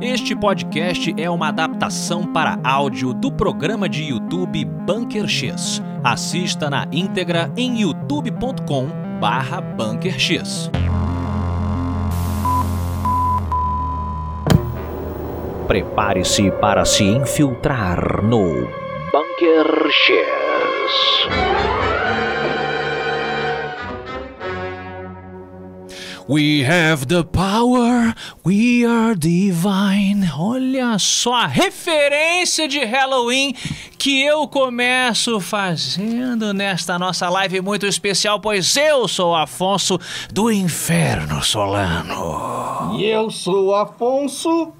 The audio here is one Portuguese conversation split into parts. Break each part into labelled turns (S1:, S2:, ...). S1: Este podcast é uma adaptação para áudio do programa de YouTube Bunker X. Assista na íntegra em youtube.com barra Bunker X. Prepare-se para se infiltrar no Bunker X. We have the power, we are divine. Olha só a referência de Halloween que eu começo fazendo nesta nossa live muito especial, pois eu sou Afonso do Inferno Solano.
S2: E eu sou o Afonso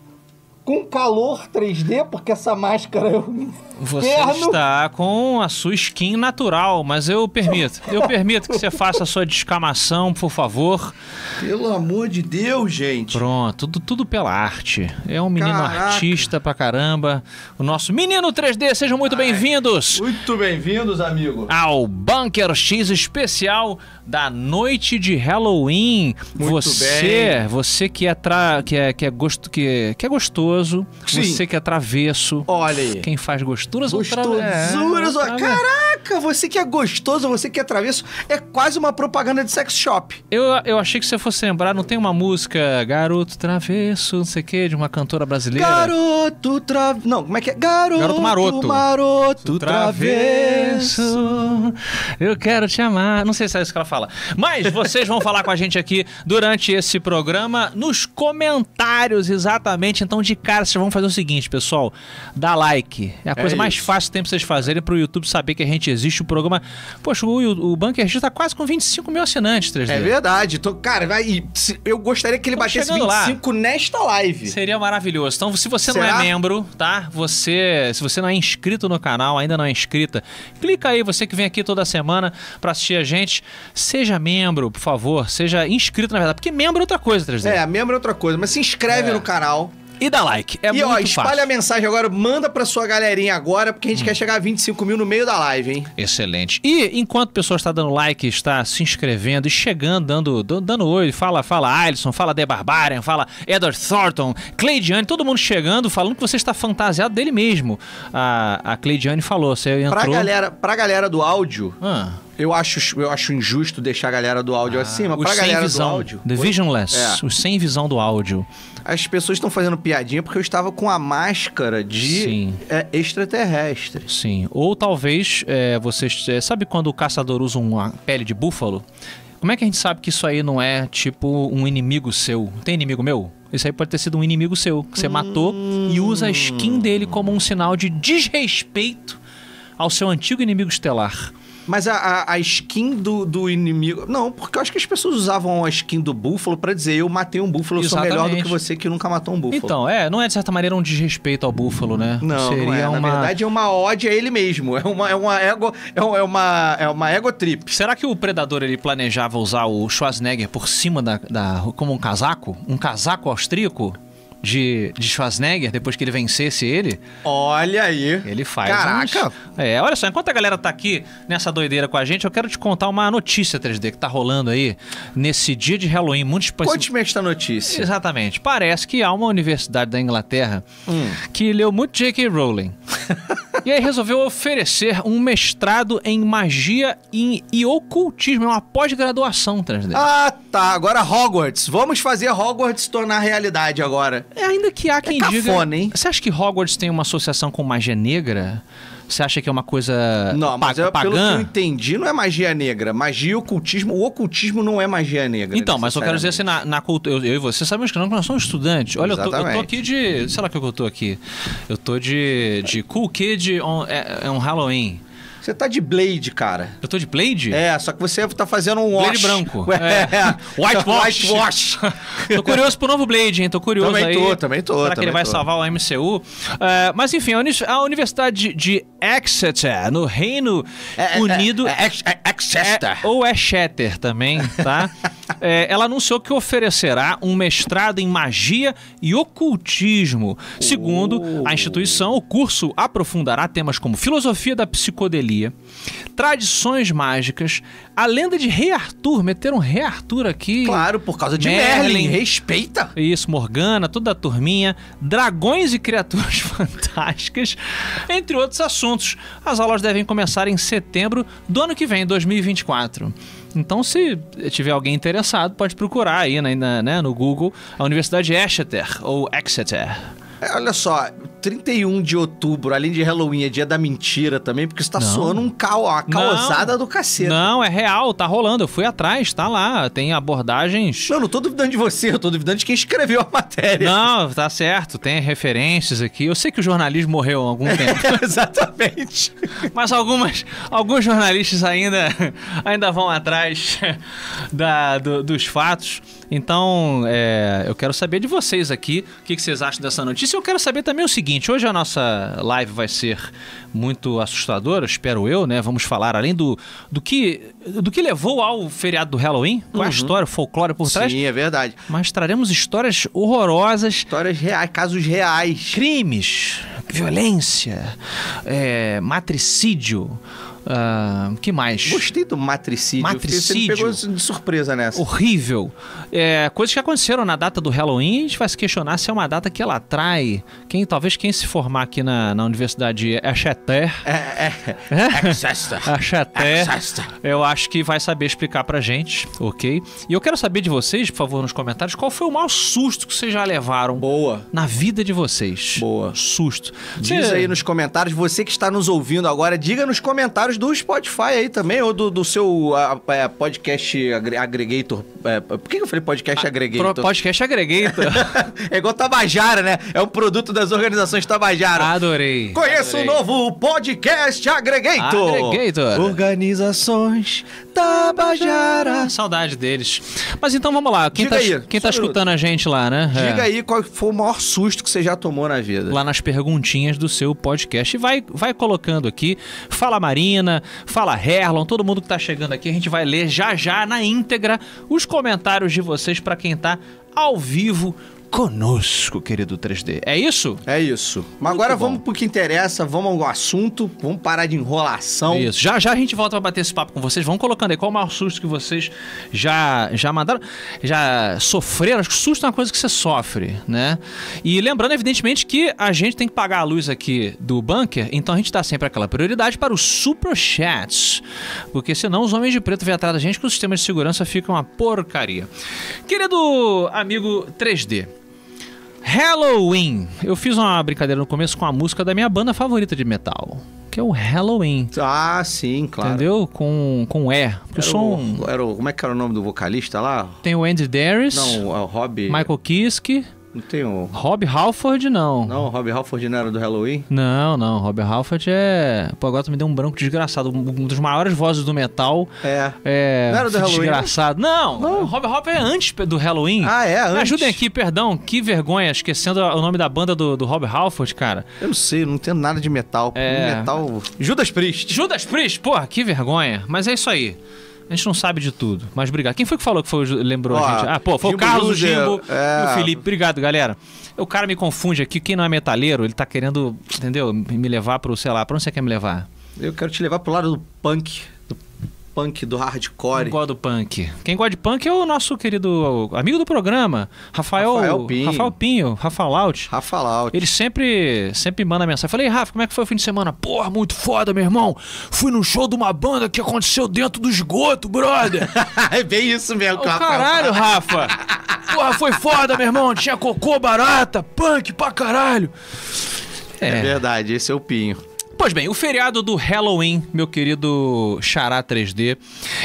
S2: com calor 3D, porque essa máscara é um eu.
S1: Você está com a sua skin natural, mas eu permito. Eu permito que você faça a sua descamação, por favor.
S3: Pelo amor de Deus, gente.
S1: Pronto, tudo, tudo pela arte. É um menino
S3: Caraca.
S1: artista pra caramba. O nosso menino 3D, sejam muito bem-vindos
S3: Muito bem-vindos, amigo.
S1: ao Bunker X especial da noite de Halloween.
S3: Muito
S1: você, você que é tra... que é que é gosto que, que é gostoso,
S3: Sim.
S1: você que é travesso.
S3: Olha aí.
S1: Quem faz gosturas ou tra-
S3: Gostosuras,
S1: é,
S3: ó.
S1: tra-
S3: Caraca, você que é gostoso, você que é travesso, é quase uma propaganda de sex shop.
S1: Eu, eu achei que você fosse lembrar, não tem uma música Garoto Travesso, não sei o que, de uma cantora brasileira?
S3: Garoto travesso. Não, como é que é? Garoto,
S1: Garoto maroto.
S3: maroto travesso.
S1: Eu quero te amar. Não sei se é isso que ela fala. Mas vocês vão falar com a gente aqui durante esse programa nos comentários, exatamente. Então, de cara, vocês vão fazer o seguinte, pessoal: dá like. É a coisa mais
S3: isso.
S1: fácil que tem pra vocês fazerem pro YouTube saber que a gente existe. O programa. Poxa, o, o Bunker X tá quase com 25 mil assinantes, 3D.
S3: É verdade. Tô, cara, vai. e se- Eu gostaria que ele
S1: Estamos
S3: batesse
S1: chegando lá.
S3: 25 nesta live.
S1: Seria maravilhoso. Então, se você não
S3: Será?
S1: é membro, tá? Você, se você não é inscrito no canal, ainda não é inscrita, clica aí, você que vem aqui toda semana pra assistir a gente, seja membro, por favor, seja inscrito na verdade, porque membro é outra coisa, 3D.
S3: É, membro é outra coisa, mas se inscreve
S1: É.
S3: no canal.
S1: E dá like, é
S3: e
S1: muito
S3: ó, espalha
S1: fácil. Hum.
S3: a mensagem agora, manda pra sua galerinha agora, porque a gente quer chegar a 25 mil no meio da live, hein?
S1: Excelente. E enquanto a pessoa está dando like, está se inscrevendo e chegando, dando, dando, dando oi, fala, fala Alisson, fala The Barbarian, fala Edward Thornton, Cleidiane, todo mundo chegando, falando que você está fantasiado dele mesmo. A, a Cleidiane falou, você entrou...
S3: Pra galera, pra galera do áudio,
S1: Ah.
S3: eu acho, eu acho injusto deixar a galera do áudio acima.
S1: Os
S3: Pra
S1: sem
S3: galera
S1: visão.
S3: do áudio,
S1: The Visionless.
S3: É.
S1: Os sem visão do áudio.
S3: as pessoas estão fazendo piadinha porque eu estava com a máscara de
S1: Sim.
S3: é, extraterrestre.
S1: Sim. Ou talvez é, vocês. é, sabe quando o caçador usa uma pele de búfalo? Como é que a gente sabe que isso aí não é tipo um inimigo seu? Tem inimigo meu? Isso aí pode ter sido um inimigo seu, que você matou e usa a
S3: Hum.
S1: skin dele como um sinal de desrespeito ao seu antigo inimigo estelar.
S3: Mas a, a- a skin do, do inimigo. Não, porque eu acho que as pessoas usavam a skin do búfalo pra dizer eu matei um búfalo, eu sou melhor do
S1: Exatamente.
S3: que você que nunca matou um búfalo.
S1: Então, é, não é de certa maneira um desrespeito ao búfalo, né?
S3: Não,
S1: Seria
S3: não é.
S1: uma.
S3: Na verdade, é uma ódio a ele mesmo. É uma, é uma ego. É um- é uma, é uma ego trip.
S1: Será que o Predador ele planejava usar o Schwarzenegger por cima da, da- como um casaco? Um casaco austríaco de, de Schwarzenegger depois que ele vencesse ele?
S3: Olha aí.
S1: Ele faz.
S3: Caraca.
S1: uns- É, olha só, enquanto a galera tá aqui nessa doideira com a gente, eu quero te contar uma notícia 3D que tá rolando aí nesse dia de Halloween, muito especial.
S3: Conte-me esta notícia.
S1: Exatamente. Parece que há uma universidade da Inglaterra
S3: Hum.
S1: que leu muito J.K. Rowling. e aí resolveu oferecer um mestrado em magia e, e ocultismo. É uma pós-graduação, 3D.
S3: Ah, tá. Agora Hogwarts. Vamos fazer Hogwarts tornar realidade agora.
S1: É, ainda que há quem diga...
S3: cafona, hein?
S1: Você acha que Hogwarts tem uma associação com magia negra? Você acha que é uma coisa
S3: Não, mas
S1: pa-
S3: eu, pelo que eu
S1: pagã?
S3: entendi, não é magia negra. Magia e ocultismo. O ocultismo não é magia negra.
S1: Então, mas eu quero dizer assim, na, na cultura. Eu, eu e você sabemos que não, que nós somos estudantes. Olha, eu tô, eu tô
S3: Exatamente.
S1: aqui de. Sei lá o que eu tô aqui. Eu tô de. de Cool Kid on, é, é um Halloween.
S3: Você tá de Blade, cara.
S1: Eu tô de Blade?
S3: É, só que você tá fazendo um
S1: Blade
S3: wash.
S1: branco.
S3: É.
S1: Whitewash.
S3: Whitewash.
S1: Tô curioso pro novo Blade, hein? Tô curioso
S3: Também
S1: aí.
S3: tô, também tô,
S1: Será que
S3: também
S1: ele vai
S3: tô.
S1: salvar o MCU? É, mas enfim, a, uni- a Universidade de Exeter, no Reino
S3: É, é,
S1: Unido...
S3: é, é, é, Exeter.
S1: É, ou é Exeter também, tá? É, ela anunciou que oferecerá um mestrado em magia e ocultismo. Segundo a instituição, o curso aprofundará temas como filosofia da psicodelia, tradições mágicas, a lenda de Rei Arthur, meteram Rei Arthur aqui.
S3: Claro, por causa de
S1: Merlin.
S3: Merlin. Respeita.
S1: Isso, Morgana, toda a turminha, dragões e criaturas fantásticas, entre outros assuntos. As aulas devem começar em setembro do ano que vem, 2024. Então, se tiver alguém interessado, pode procurar aí na- na- né, no Google a Universidade Exeter, ou Exeter.
S3: É, Olha só, 31 de outubro, além de Halloween, é dia da mentira também, porque isso tá soando um caos, uma caosada do cacete. Não.
S1: Não, é real, tá rolando, eu fui atrás, tá lá, tem abordagens...
S3: eu não tô duvidando de você, eu tô duvidando de quem escreveu a matéria.
S1: Não, tá certo, tem referências aqui. Eu sei que o jornalismo morreu há algum tempo.
S3: É, Exatamente.
S1: Mas algumas, alguns jornalistas ainda, ainda vão atrás da- do- dos fatos. Então, é, eu quero saber de vocês aqui o que, que vocês acham dessa notícia. Eu quero saber também o seguinte: hoje a nossa live vai ser muito assustadora, espero eu, né? Vamos falar além do, do, que, do que levou ao feriado do Halloween, qual a história, o folclore por trás.
S3: Sim, é verdade.
S1: Mas traremos histórias horrorosas
S3: Histórias reais, casos reais.
S1: crimes, violência, é, matricídio, ah, que mais?
S3: Gostei do matricídio. porque Você
S1: Matricídio.
S3: me pegou assim de surpresa nessa.
S1: Horrível. É, coisas que aconteceram na data do Halloween, a gente vai se questionar se é uma data que ela atrai. Quem, talvez quem se formar aqui na, na Universidade Exeter,
S3: É, é. Exester.
S1: Exeter,
S3: Exester.
S1: eu acho que vai saber explicar pra gente, ok? E eu quero saber de vocês, por favor, nos comentários, qual foi o maior susto que vocês já levaram
S3: Boa.
S1: na vida de vocês.
S3: Boa.
S1: Susto.
S3: Diz
S1: Cê-
S3: aí nos comentários, você que está nos ouvindo agora, diga nos comentários do Spotify aí também, ou do, do seu ah, é, podcast agre- aggregator. É, por que que eu falei podcast
S1: Ah, Pro-
S3: aggregator?
S1: Podcast Aggregator.
S3: É igual Tabajara, né? É um produto das organizações Tabajara.
S1: Ah, Adorei.
S3: Conheça o novo podcast Aggregator.
S1: Aggregator.
S3: Organizações Tabajara.
S1: Saudade deles. Mas então vamos lá. Quem,
S3: Diga
S1: tá,
S3: aí,
S1: quem tá
S3: só um minuto.
S1: escutando a gente lá, né?
S3: Diga
S1: É.
S3: aí qual foi o maior susto que você já tomou na vida.
S1: Lá nas perguntinhas do seu podcast. E vai, vai colocando aqui. Fala Marina, fala Herlon, todo mundo que tá chegando aqui. A gente vai ler já já na íntegra os comentários de vocês pra quem tá ao vivo conosco, querido 3D. É isso?
S3: É isso. Mas agora vamos pro que interessa, vamos ao assunto, vamos parar de enrolação.
S1: Isso. Já já a gente volta pra bater esse papo com vocês. Vão colocando aí qual o maior susto que vocês já já mandaram, já sofreram. Acho que susto é uma coisa que você sofre, né? E lembrando, evidentemente, que a gente tem que pagar a luz aqui do bunker, então a gente dá sempre aquela prioridade para os superchats. Porque senão os homens de preto vêm atrás da gente que o sistema de segurança fica uma porcaria. Querido amigo 3D. Halloween. Eu fiz uma brincadeira no começo com a música da minha banda favorita de metal, que é o Halloween.
S3: Ah, sim, claro.
S1: Entendeu? Com, com E. Porque eu
S3: Era
S1: sou um.
S3: o, era o- como é que era o nome do vocalista lá?
S1: Tem o Andy Darius,
S3: Não, é o Rob.
S1: Michael Kiske,
S3: Não tem o.
S1: Rob Halford, não.
S3: Não, o Rob Halford não era do Halloween?
S1: Não, não. Rob Halford é. Pô, agora tu me deu um branco desgraçado. Um um dos maiores vozes do metal.
S3: É.
S1: É.
S3: Não era do Halloween,
S1: Desgraçado. Não, o Rob Halford é antes pe- do Halloween.
S3: Ah, é? Antes?
S1: Me ajudem aqui, perdão. Que vergonha, esquecendo o nome da banda do, do Rob Halford, cara.
S3: Eu não sei, eu não entendo nada de metal. Um
S1: É.
S3: Metal. Judas Priest.
S1: Judas Priest, porra, que vergonha. Mas é isso aí. A gente não sabe de tudo, mas obrigado. Quem foi que falou que foi, o Ju- lembrou
S3: Ó,
S1: a gente? Ah, pô, foi o
S3: Jimbo
S1: Carlos o
S3: Júnior,
S1: Jimbo
S3: é.
S1: e o Felipe. Obrigado, galera. O cara me confunde aqui. Quem não é metaleiro, ele tá querendo, entendeu? Me levar pro, sei lá, pra onde você quer me levar?
S3: Eu quero te levar pro lado do punk. Do punk, do hardcore.
S1: Quem gosta do punk? Quem gosta de punk é o nosso querido amigo do programa, Rafael,
S3: Rafael Pinho.
S1: Rafael Pinho, Rafa Laut.
S3: Rafa Laut.
S1: Ele sempre, sempre manda mensagem. Falei, Rafa, como é que foi o fim de semana? Porra, muito foda, meu irmão. Fui no show de uma banda que aconteceu dentro do esgoto, brother.
S3: é bem isso mesmo,
S1: Ô,
S3: que o Rafael
S1: caralho, Rafa. Porra, foi foda, meu irmão. Tinha cocô barata, punk pra caralho.
S3: É
S1: É.
S3: verdade, esse é o Pinho.
S1: Pois bem, o feriado do Halloween, meu querido Xará 3D,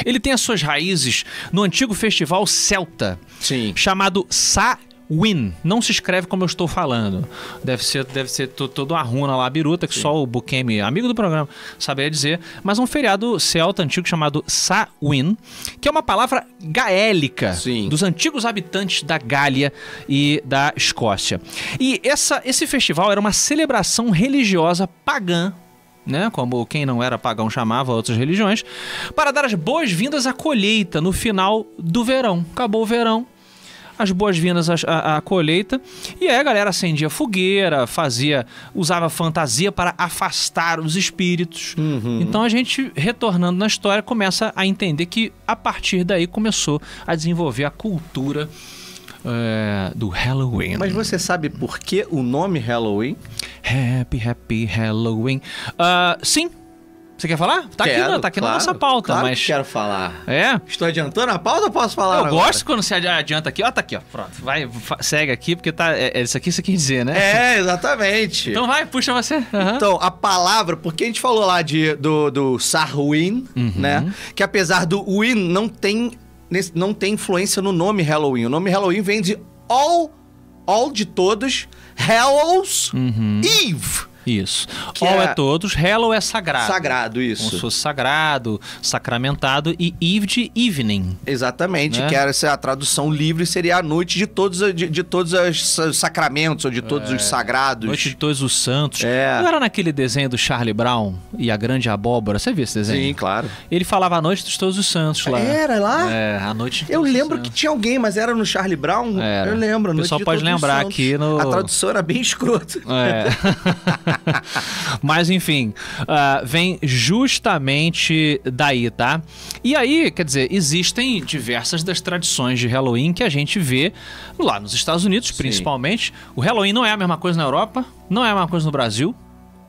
S1: ele tem as suas raízes no antigo festival celta,
S3: Sim.
S1: chamado Samhain. Não se escreve como eu estou falando. Deve ser, deve ser to- toda uma runa lá, biruta, que só o Bukemi, amigo do programa, saberia dizer. Mas é um feriado celta antigo chamado Samhain, que é uma palavra gaélica
S3: Sim.
S1: É. dos antigos habitantes da Gália e da Escócia. E essa, esse festival era uma celebração religiosa pagã né, como quem não era pagão chamava outras religiões, para dar as boas-vindas à colheita no final do verão. Acabou o verão, as boas-vindas à, à- à colheita. E aí a galera acendia fogueira, fazia, usava fantasia para afastar os espíritos.
S3: Uhum.
S1: Então a gente, retornando na história, começa a entender que a partir daí começou a desenvolver a cultura é, do Halloween.
S3: Mas você sabe por que o nome Halloween?
S1: Happy, happy Halloween. Ah, sim. Você quer falar? Tá aqui,
S3: Quero,
S1: na- tá aqui na
S3: claro,
S1: nossa pauta,
S3: claro
S1: mas.
S3: Que quero falar.
S1: É.
S3: Estou adiantando a pauta ou posso falar?
S1: Eu
S3: agora?
S1: gosto quando você adi- adianta aqui. Ó, tá aqui, ó. Pronto. Vai, fa- segue aqui, porque tá. É, é isso aqui que você quer dizer, né?
S3: É, exatamente.
S1: Então vai, puxa você. Aham.
S3: Então, a palavra, porque a gente falou lá de, do, do Sarwin,
S1: Uhum.
S3: né? Que apesar do Win, não tem, nesse- não tem influência no nome Halloween. O nome Halloween vem de All, All de todos, Hallows
S1: Uhum.
S3: Eve.
S1: Isso.
S3: Que
S1: All é...
S3: é-
S1: todos, Hello é sagrado.
S3: Sagrado,
S1: Como se
S3: isso.
S1: fosse sagrado, sacramentado e Eve de evening.
S3: Exatamente,
S1: Né?
S3: que era essa- a tradução livre seria a noite de todos, a- de, de todos os sa- sacramentos, ou de todos os sagrados.
S1: É. Noite de Todos os Santos.
S3: É.
S1: Não era naquele desenho do Charlie Brown e a Grande Abóbora? Você viu esse desenho?
S3: Sim, claro.
S1: Ele falava a Noite dos Todos os Santos lá.
S3: Era lá?
S1: É, a Noite de
S3: Eu
S1: Todos os
S3: lembro
S1: Santos.
S3: que tinha alguém, mas era no Charlie Brown.
S1: Era.
S3: Eu lembro.
S1: O
S3: no
S1: pessoal
S3: Dia
S1: pode
S3: Todos os
S1: lembrar
S3: Santos.
S1: aqui no-
S3: A tradução era bem escrota.
S1: É. Mas enfim, ah, vem justamente daí, tá? E aí, quer dizer, existem diversas das tradições de Halloween que a gente vê lá nos Estados Unidos, principalmente. O Halloween não é a mesma coisa na Europa, não é a mesma coisa no Brasil.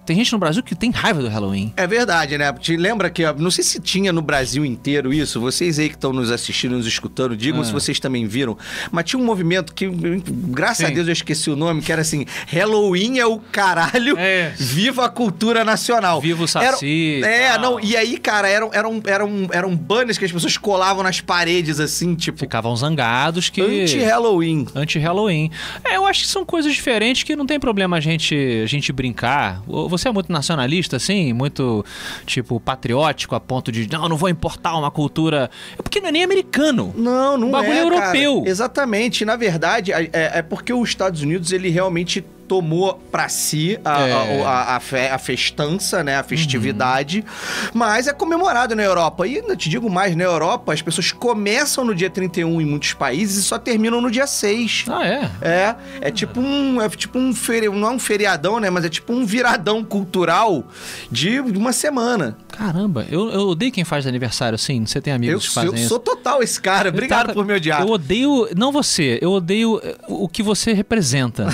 S1: Tem gente no Brasil que tem raiva do Halloween.
S3: É verdade, né? Te lembra que, ó, não sei se tinha no Brasil inteiro isso, vocês aí que estão nos assistindo, nos escutando, digam
S1: É.
S3: se vocês também viram, mas tinha um movimento que, graças
S1: Sim.
S3: a Deus eu esqueci o nome, que era assim, Halloween é o caralho,
S1: É.
S3: viva a cultura nacional.
S1: Viva o saci
S3: Era-
S1: e
S3: É,
S1: tal.
S3: não, e aí, cara, eram, eram, eram, eram banners que as pessoas colavam nas paredes, assim, tipo,
S1: Ficavam zangados que.
S3: anti-Halloween.
S1: Anti-Halloween. É, eu acho que são coisas diferentes que não tem problema a gente, a gente brincar. Ou Você é muito nacionalista, assim? Muito, tipo, patriótico a ponto de, não, não vou importar uma cultura. É porque não é nem americano.
S3: Não, não
S1: O bagulho
S3: é,
S1: é europeu.
S3: cara. Exatamente. Na verdade, é, é- é porque os Estados Unidos, ele realmente tomou pra si a,
S1: É.
S3: a- a- a fe- a festança, né? A festividade.
S1: Uhum.
S3: Mas é comemorado na Europa. E ainda te digo mais, na Europa, as pessoas começam no dia 31 em muitos países e só terminam no dia 6.
S1: Ah, é?
S3: É, é tipo um, é tipo um feri, não é um feriadão, né, mas é tipo um viradão cultural de uma semana.
S1: Caramba, eu, eu odeio quem faz aniversário assim. Você tem
S3: Eu,
S1: amigos que fazem
S3: eu
S1: isso?
S3: sou total esse cara. Obrigado
S1: Tá,
S3: por me odiar.
S1: Eu odeio, não você, eu odeio eh, o que você representa.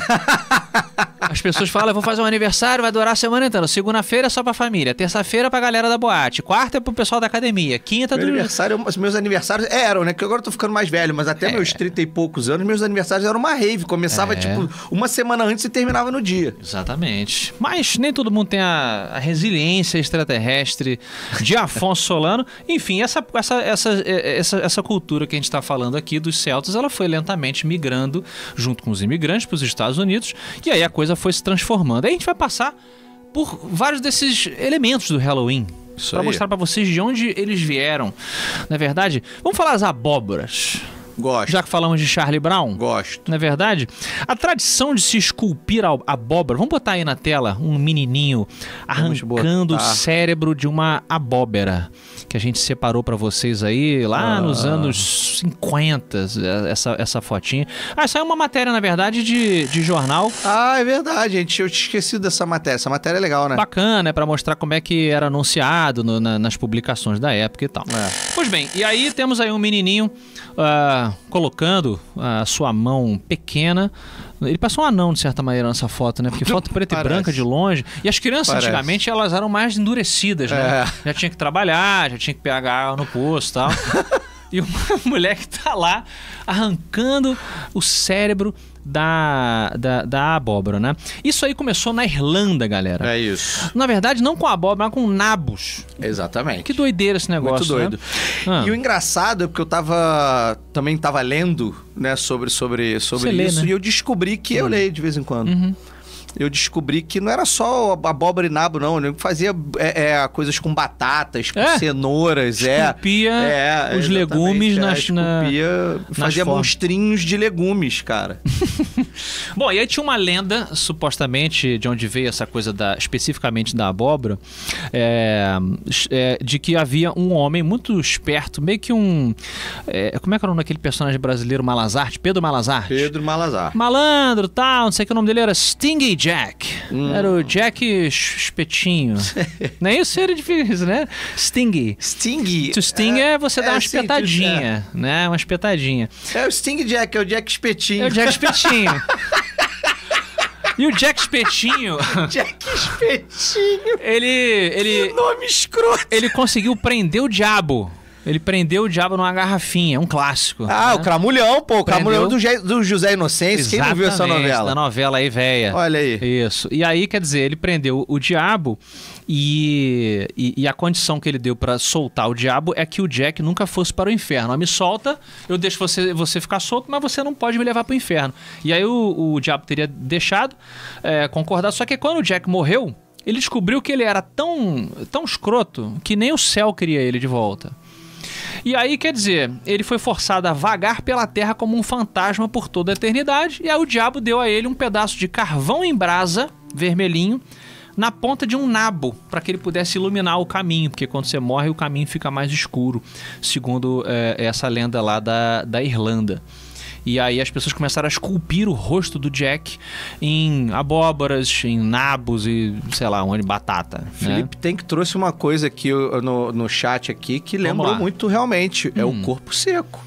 S1: As pessoas falam, eu vou fazer um aniversário, vai durar a semana inteira. Segunda-feira é só pra família, terça-feira é pra galera da boate, quarta é pro pessoal da academia, quinta é
S3: Meu
S1: do
S3: aniversário, os meus aniversários eram, né? Que agora eu tô ficando mais velho, mas até meus 30 e poucos anos, meus aniversários eram uma rave. Começava,
S1: É.
S3: tipo, uma semana antes e terminava no dia.
S1: Exatamente. Mas nem todo mundo tem a, a resiliência extraterrestre de Afonso Solano. Enfim, essa, essa, essa, é- essa, essa cultura que a gente está falando aqui dos celtas, ela foi lentamente migrando junto com os imigrantes para os Estados Unidos. E aí a coisa foi se transformando. Aí a gente vai passar por vários desses elementos do Halloween.
S3: Isso
S1: Para
S3: aí.
S1: mostrar para vocês de onde eles vieram. Na verdade, vamos falar as abóboras.
S3: Gosto.
S1: Já que falamos de Charlie Brown.
S3: Gosto.
S1: Não é verdade? A tradição de se esculpir a abóbora. Vamos botar aí na tela um menininho arrancando o
S3: botar.
S1: cérebro de uma abóbora. Que a gente separou pra vocês aí lá
S3: Ah.
S1: nos anos 50, essa, essa fotinha. Ah, saiu uma matéria, na verdade, de, de jornal.
S3: Ah, é verdade, gente. Eu tinha esquecido dessa matéria. Essa matéria é legal, né?
S1: Bacana, é pra mostrar como é que era anunciado no- na- nas publicações da época e tal.
S3: É.
S1: Pois bem, e aí temos aí um menininho ah, colocando a sua mão pequena. Ele passou um anão, de certa maneira, nessa foto, né? Porque foto preta e
S3: Parece.
S1: branca de longe. E as crianças,
S3: Parece. É.
S1: antigamente, elas eram mais endurecidas, né? Já tinha que trabalhar, já tinha que pegar água no poço e tal. e uma mulher que tá lá arrancando o cérebro da, da, da abóbora, né? Isso aí começou na Irlanda, galera.
S3: É isso.
S1: Na verdade, não com abóbora, mas com nabos.
S3: Exatamente.
S1: Que doideira esse negócio,
S3: Muito doido.
S1: né? Ah.
S3: E o engraçado é porque eu tava. Também tava lendo, né, sobre, sobre, sobre
S1: Você lê,
S3: isso.
S1: né? Uhum.
S3: E eu descobri que eu leio de vez em quando. eu descobri que não era só abóbora e nabo, não. Eu fazia é, é, coisas com batatas, com
S1: É?
S3: cenouras, é.
S1: Esculpia
S3: É,
S1: os
S3: exatamente,
S1: legumes nas, na-
S3: esculpia, fazia
S1: formas.
S3: monstrinhos de legumes, cara.
S1: Bom, e aí tinha uma lenda, supostamente, de onde veio essa coisa da, especificamente da abóbora, é, é, de que havia um homem muito esperto, meio que um. é, como é que era o nome daquele personagem brasileiro Malazarte? Pedro Malazarte?
S3: Pedro Malazar.
S1: Malandro, tal, não sei o que o nome dele era Stingy Jack.
S3: Hum.
S1: Era o Jack Ch- Espetinho. não é isso? Era difícil, né? Stingy.
S3: Sting.
S1: To sting é, você dar
S3: é,
S1: uma
S3: sim, to-
S1: espetadinha, né? Uma espetadinha.
S3: É o Sting Jack, é o Jack Espetinho.
S1: É o Jack Espetinho. e o Jack Espetinho,
S3: Jack Espetinho.
S1: ele, ele,
S3: Nome escroto.
S1: ele conseguiu prender o diabo. Ele prendeu o diabo numa garrafinha, é um clássico.
S3: Ah, o
S1: né?
S3: Cramulhão, pô. O Cramulhão do, Je- do José Inocêncio. Quem não viu essa
S1: Exatamente, É. Da
S3: novela?
S1: novela aí, véia.
S3: Olha aí.
S1: Isso. E aí, quer dizer, ele prendeu o diabo e, e, e a condição que ele deu pra soltar o diabo é que o Jack nunca fosse para o inferno. Ó, me solta, eu deixo você, você ficar solto, mas você não pode me levar para o inferno. E aí o, o diabo teria deixado é, concordar, só que quando o Jack morreu, ele descobriu que ele era tão, tão escroto que nem o céu queria ele de volta. E aí, quer dizer, ele foi forçado a vagar pela terra como um fantasma por toda a eternidade. E aí o diabo deu a ele um pedaço de carvão em brasa, vermelhinho, na ponta de um nabo, para que ele pudesse iluminar o caminho, porque quando você morre o caminho fica mais escuro, segundo eh, essa lenda lá da, da Irlanda. E aí as pessoas começaram a esculpir o rosto do Jack em abóboras, em nabos e, sei lá, onde batata. né?
S3: Felipe tem que trouxe uma coisa aqui eu- no, no chat aqui que
S1: Vamos
S3: lembrou
S1: lá. Hum.
S3: muito realmente. É o corpo seco.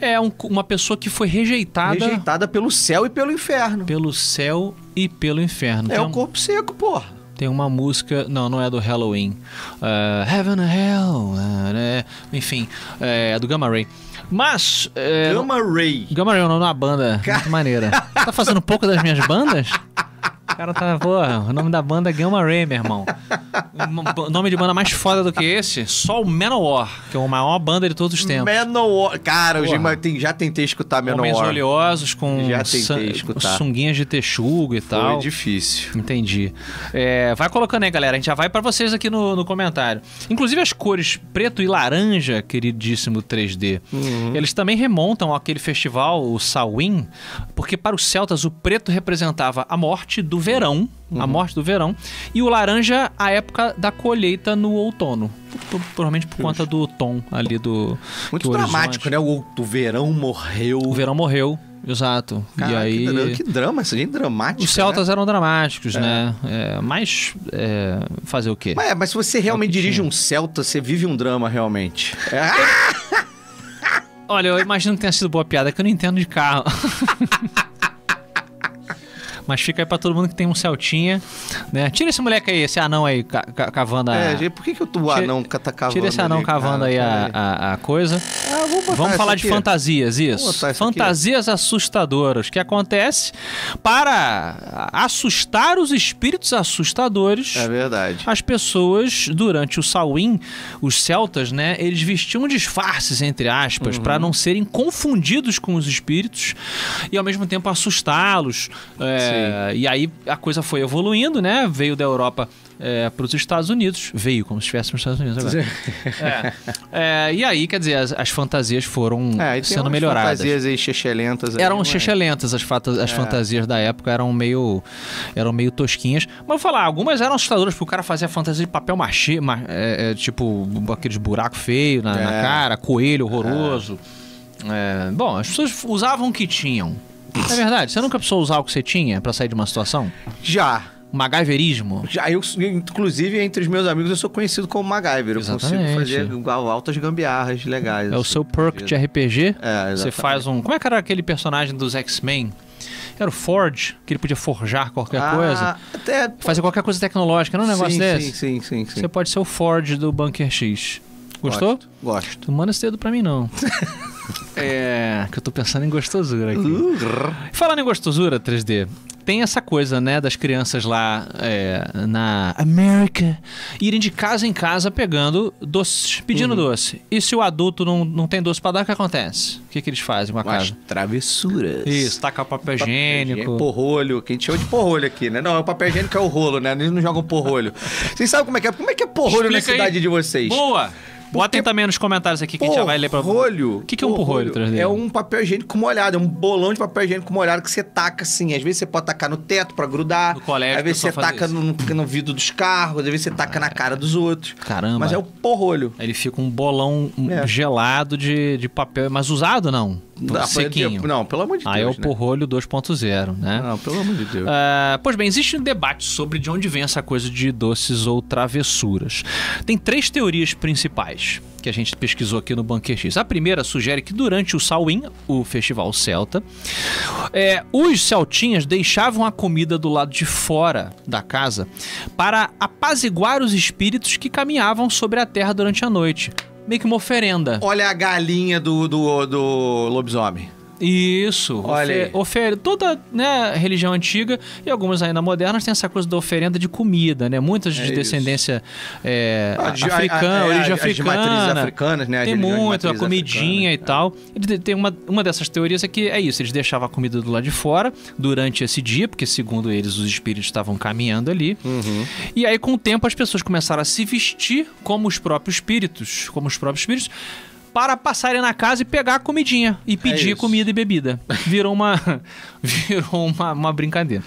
S1: É um- uma pessoa que foi rejeitada
S3: Rejeitada pelo céu e pelo inferno.
S1: pelo céu e pelo inferno.
S3: É
S1: tem, um
S3: o corpo seco, porra.
S1: tem uma música, não, não é do Halloween. Ah, Heaven and Hell, ah, né? enfim, é, é do Gamma Ray. Mas é,
S3: Gama Ray.
S1: Gamma Ray é o nome da banda, muito maneira. Tá fazendo pouco das minhas bandas? O cara tá, porra, o nome da banda é Gamma Ray, meu irmão. O nome de banda mais foda do que esse, só o Manowar, que é a maior banda de todos os tempos.
S3: Menor. Cara, eu
S1: Porra.
S3: já, tem- já tentei escutar
S1: Homens
S3: Menor.
S1: oleosos com
S3: Já tentei
S1: san-
S3: escutar.
S1: sunguinhas de texugo e
S3: Foi
S1: tal.
S3: é difícil.
S1: Entendi. É, vai colocando aí, galera. A gente já vai pra vocês aqui no, no comentário. Inclusive as cores preto e laranja, queridíssimo 3D,
S3: Uhum.
S1: eles também remontam àquele festival, o Samhain, porque para os celtas o preto representava a morte do verão,
S3: Uhum.
S1: a morte do verão, e o laranja a época da colheita no outono. Por- Provavelmente por conta do tom ali do. que
S3: Muito
S1: o
S3: dramático,
S1: horizonte-
S3: né? O, o verão morreu.
S1: O verão morreu, exato.
S3: Caraca,
S1: e
S3: que,
S1: aí.
S3: drama, que drama, isso aí é dramático.
S1: Os celtas eram dramáticos, né? É, mas é, fazer o quê?
S3: Né? Mas, mas se você realmente dirige um celta, você vive um drama realmente. É,
S1: Olha, eu imagino que tenha sido boa piada, que eu não entendo de carro. Mas fica aí pra todo mundo que tem um Celtinha, né? Tira esse moleque aí, esse anão aí ca- ca- cavando a...
S3: é, gente, por que, que o tu- anão ca- tá cavando?
S1: Ah. Tira esse anão
S3: ali, Ah, cara?
S1: cavando aí a, a- a coisa.
S3: Ah, vou botar
S1: Vamos
S3: essa
S1: falar de
S3: aqui.
S1: fantasias,
S3: Vou
S1: isso.
S3: botar isso aqui.
S1: Fantasias assustadoras. O que acontece? Para assustar os espíritos assustadores,
S3: É verdade.
S1: as pessoas, durante o Samhain, os celtas, né, eles vestiam disfarces, entre
S3: Uhum.
S1: aspas, pra para não serem confundidos com os espíritos e ao mesmo tempo assustá-los. É, e aí a coisa foi evoluindo, né? Veio da Europa para os Estados Unidos. Veio, como se estivesse nos Estados Unidos agora. É. É, e aí, quer dizer, as, as fantasias foram
S3: É, aí tem
S1: sendo
S3: umas
S1: melhoradas. um
S3: fantasias aí xexelentas. aí, é?
S1: Eram
S3: mas-
S1: chechelentas as, fata- as fantasias da época, eram meio eram meio tosquinhas. Mas vou falar, algumas eram assustadoras, porque o cara fazia fantasia de papel machê, ma- é, é, tipo aqueles buracos feios na, na
S3: É.
S1: cara, coelho horroroso. É, bom, as pessoas usavam o que tinham. É verdade, você nunca precisou usar o que você tinha pra sair de uma situação?
S3: Já.
S1: Magaiverismo?
S3: Já, eu, inclusive, entre os meus amigos, eu sou conhecido como MacGyver. Eu
S1: Exatamente.
S3: consigo fazer igual altas gambiarras legais.
S1: É o
S3: assim.
S1: seu perk de RPG?
S3: É,
S1: Você
S3: exatamente.
S1: faz um. Como é que era aquele personagem dos X-Men? Era o Forge, que ele podia forjar qualquer coisa.
S3: Ah, até...
S1: Fazer qualquer coisa tecnológica, não é um negócio
S3: sim,
S1: desse?
S3: Sim, sim, sim. sim.
S1: Você pode ser o Ford do Bunker X. Gostou?
S3: Gosto. Gosto.
S1: Tu manda esse dedo pra mim, não.
S3: Uhum.
S1: é, que eu tô pensando em gostosura aqui. Falando em gostosura, 3D, tem essa coisa, né, das crianças lá é, na América irem de casa em casa pegando doces, pedindo
S3: Uhum.
S1: doce. E se o adulto não, não tem doce pra dar, o que acontece? O que, que eles fazem com a
S3: As
S1: casa?
S3: travessuras.
S1: Isso, taca papel higiênico.
S3: É Porrolho, que a gente chama de porrolho aqui, né? Não, é o papel higiênico é o rolo, né? Eles não jogam porrolho. Vocês sabem como é que é? Como é que é porrolho na
S1: Explica aí.
S3: cidade de vocês?
S1: Boa! Botem também nos comentários aqui que a gente já vai ler pra
S3: Porrolho.
S1: O que, que é um porrolho, Traseiro?
S3: É um papel higiênico molhado, é um bolão de papel higiênico molhado que você taca assim. Às vezes você pode tacar no teto pra grudar.
S1: No colégio,
S3: Às vezes
S1: o
S3: você
S1: pessoal faz
S3: taca
S1: isso.
S3: no, no vidro dos carros, às vezes você taca na cara dos outros.
S1: Caramba.
S3: Mas é o porrolho.
S1: Ele fica um bolão
S3: É.
S1: gelado de, de papel, mas usado não?
S3: Ah,
S1: Sequinho.
S3: Não, pelo amor de Deus.
S1: Aí é o
S3: né?
S1: porrolho 2.0, né?
S3: Não, pelo amor de Deus.
S1: Ah, pois bem, existe um debate sobre de onde vem essa coisa de doces ou travessuras. Tem três teorias principais que a gente pesquisou aqui no Bunker X. A primeira sugere que durante o Samhain, o festival celta, é, os celtinhas deixavam a comida do lado de fora da casa para apaziguar os espíritos que caminhavam sobre a terra durante a noite. Meio que uma oferenda.
S3: Olha a galinha do, do, do lobisomem.
S1: Isso.
S3: Olha aí.
S1: oferenda. Toda né, religião antiga e algumas ainda modernas tem essa coisa da oferenda de comida, né? Muitas de
S3: isso.
S1: descendência é,
S3: A de- a- a-
S1: africana,
S3: é,
S1: origem
S3: as de matrizes
S1: africana.
S3: africanas, né? As
S1: Tem
S3: religiões de
S1: muito, a
S3: matrizes
S1: comidinha e
S3: africanas.
S1: tal. Ele tem- tem uma, uma dessas teorias é que é isso, eles deixavam a comida do lado de fora durante esse dia, porque segundo eles os espíritos estavam caminhando ali.
S3: Uhum.
S1: E aí com o tempo as pessoas começaram a se vestir como os próprios espíritos, como os próprios espíritos, para passarem na casa e pegar a comidinha e pedir
S3: É isso.
S1: comida e bebida. Virou uma virou uma, uma brincadeira.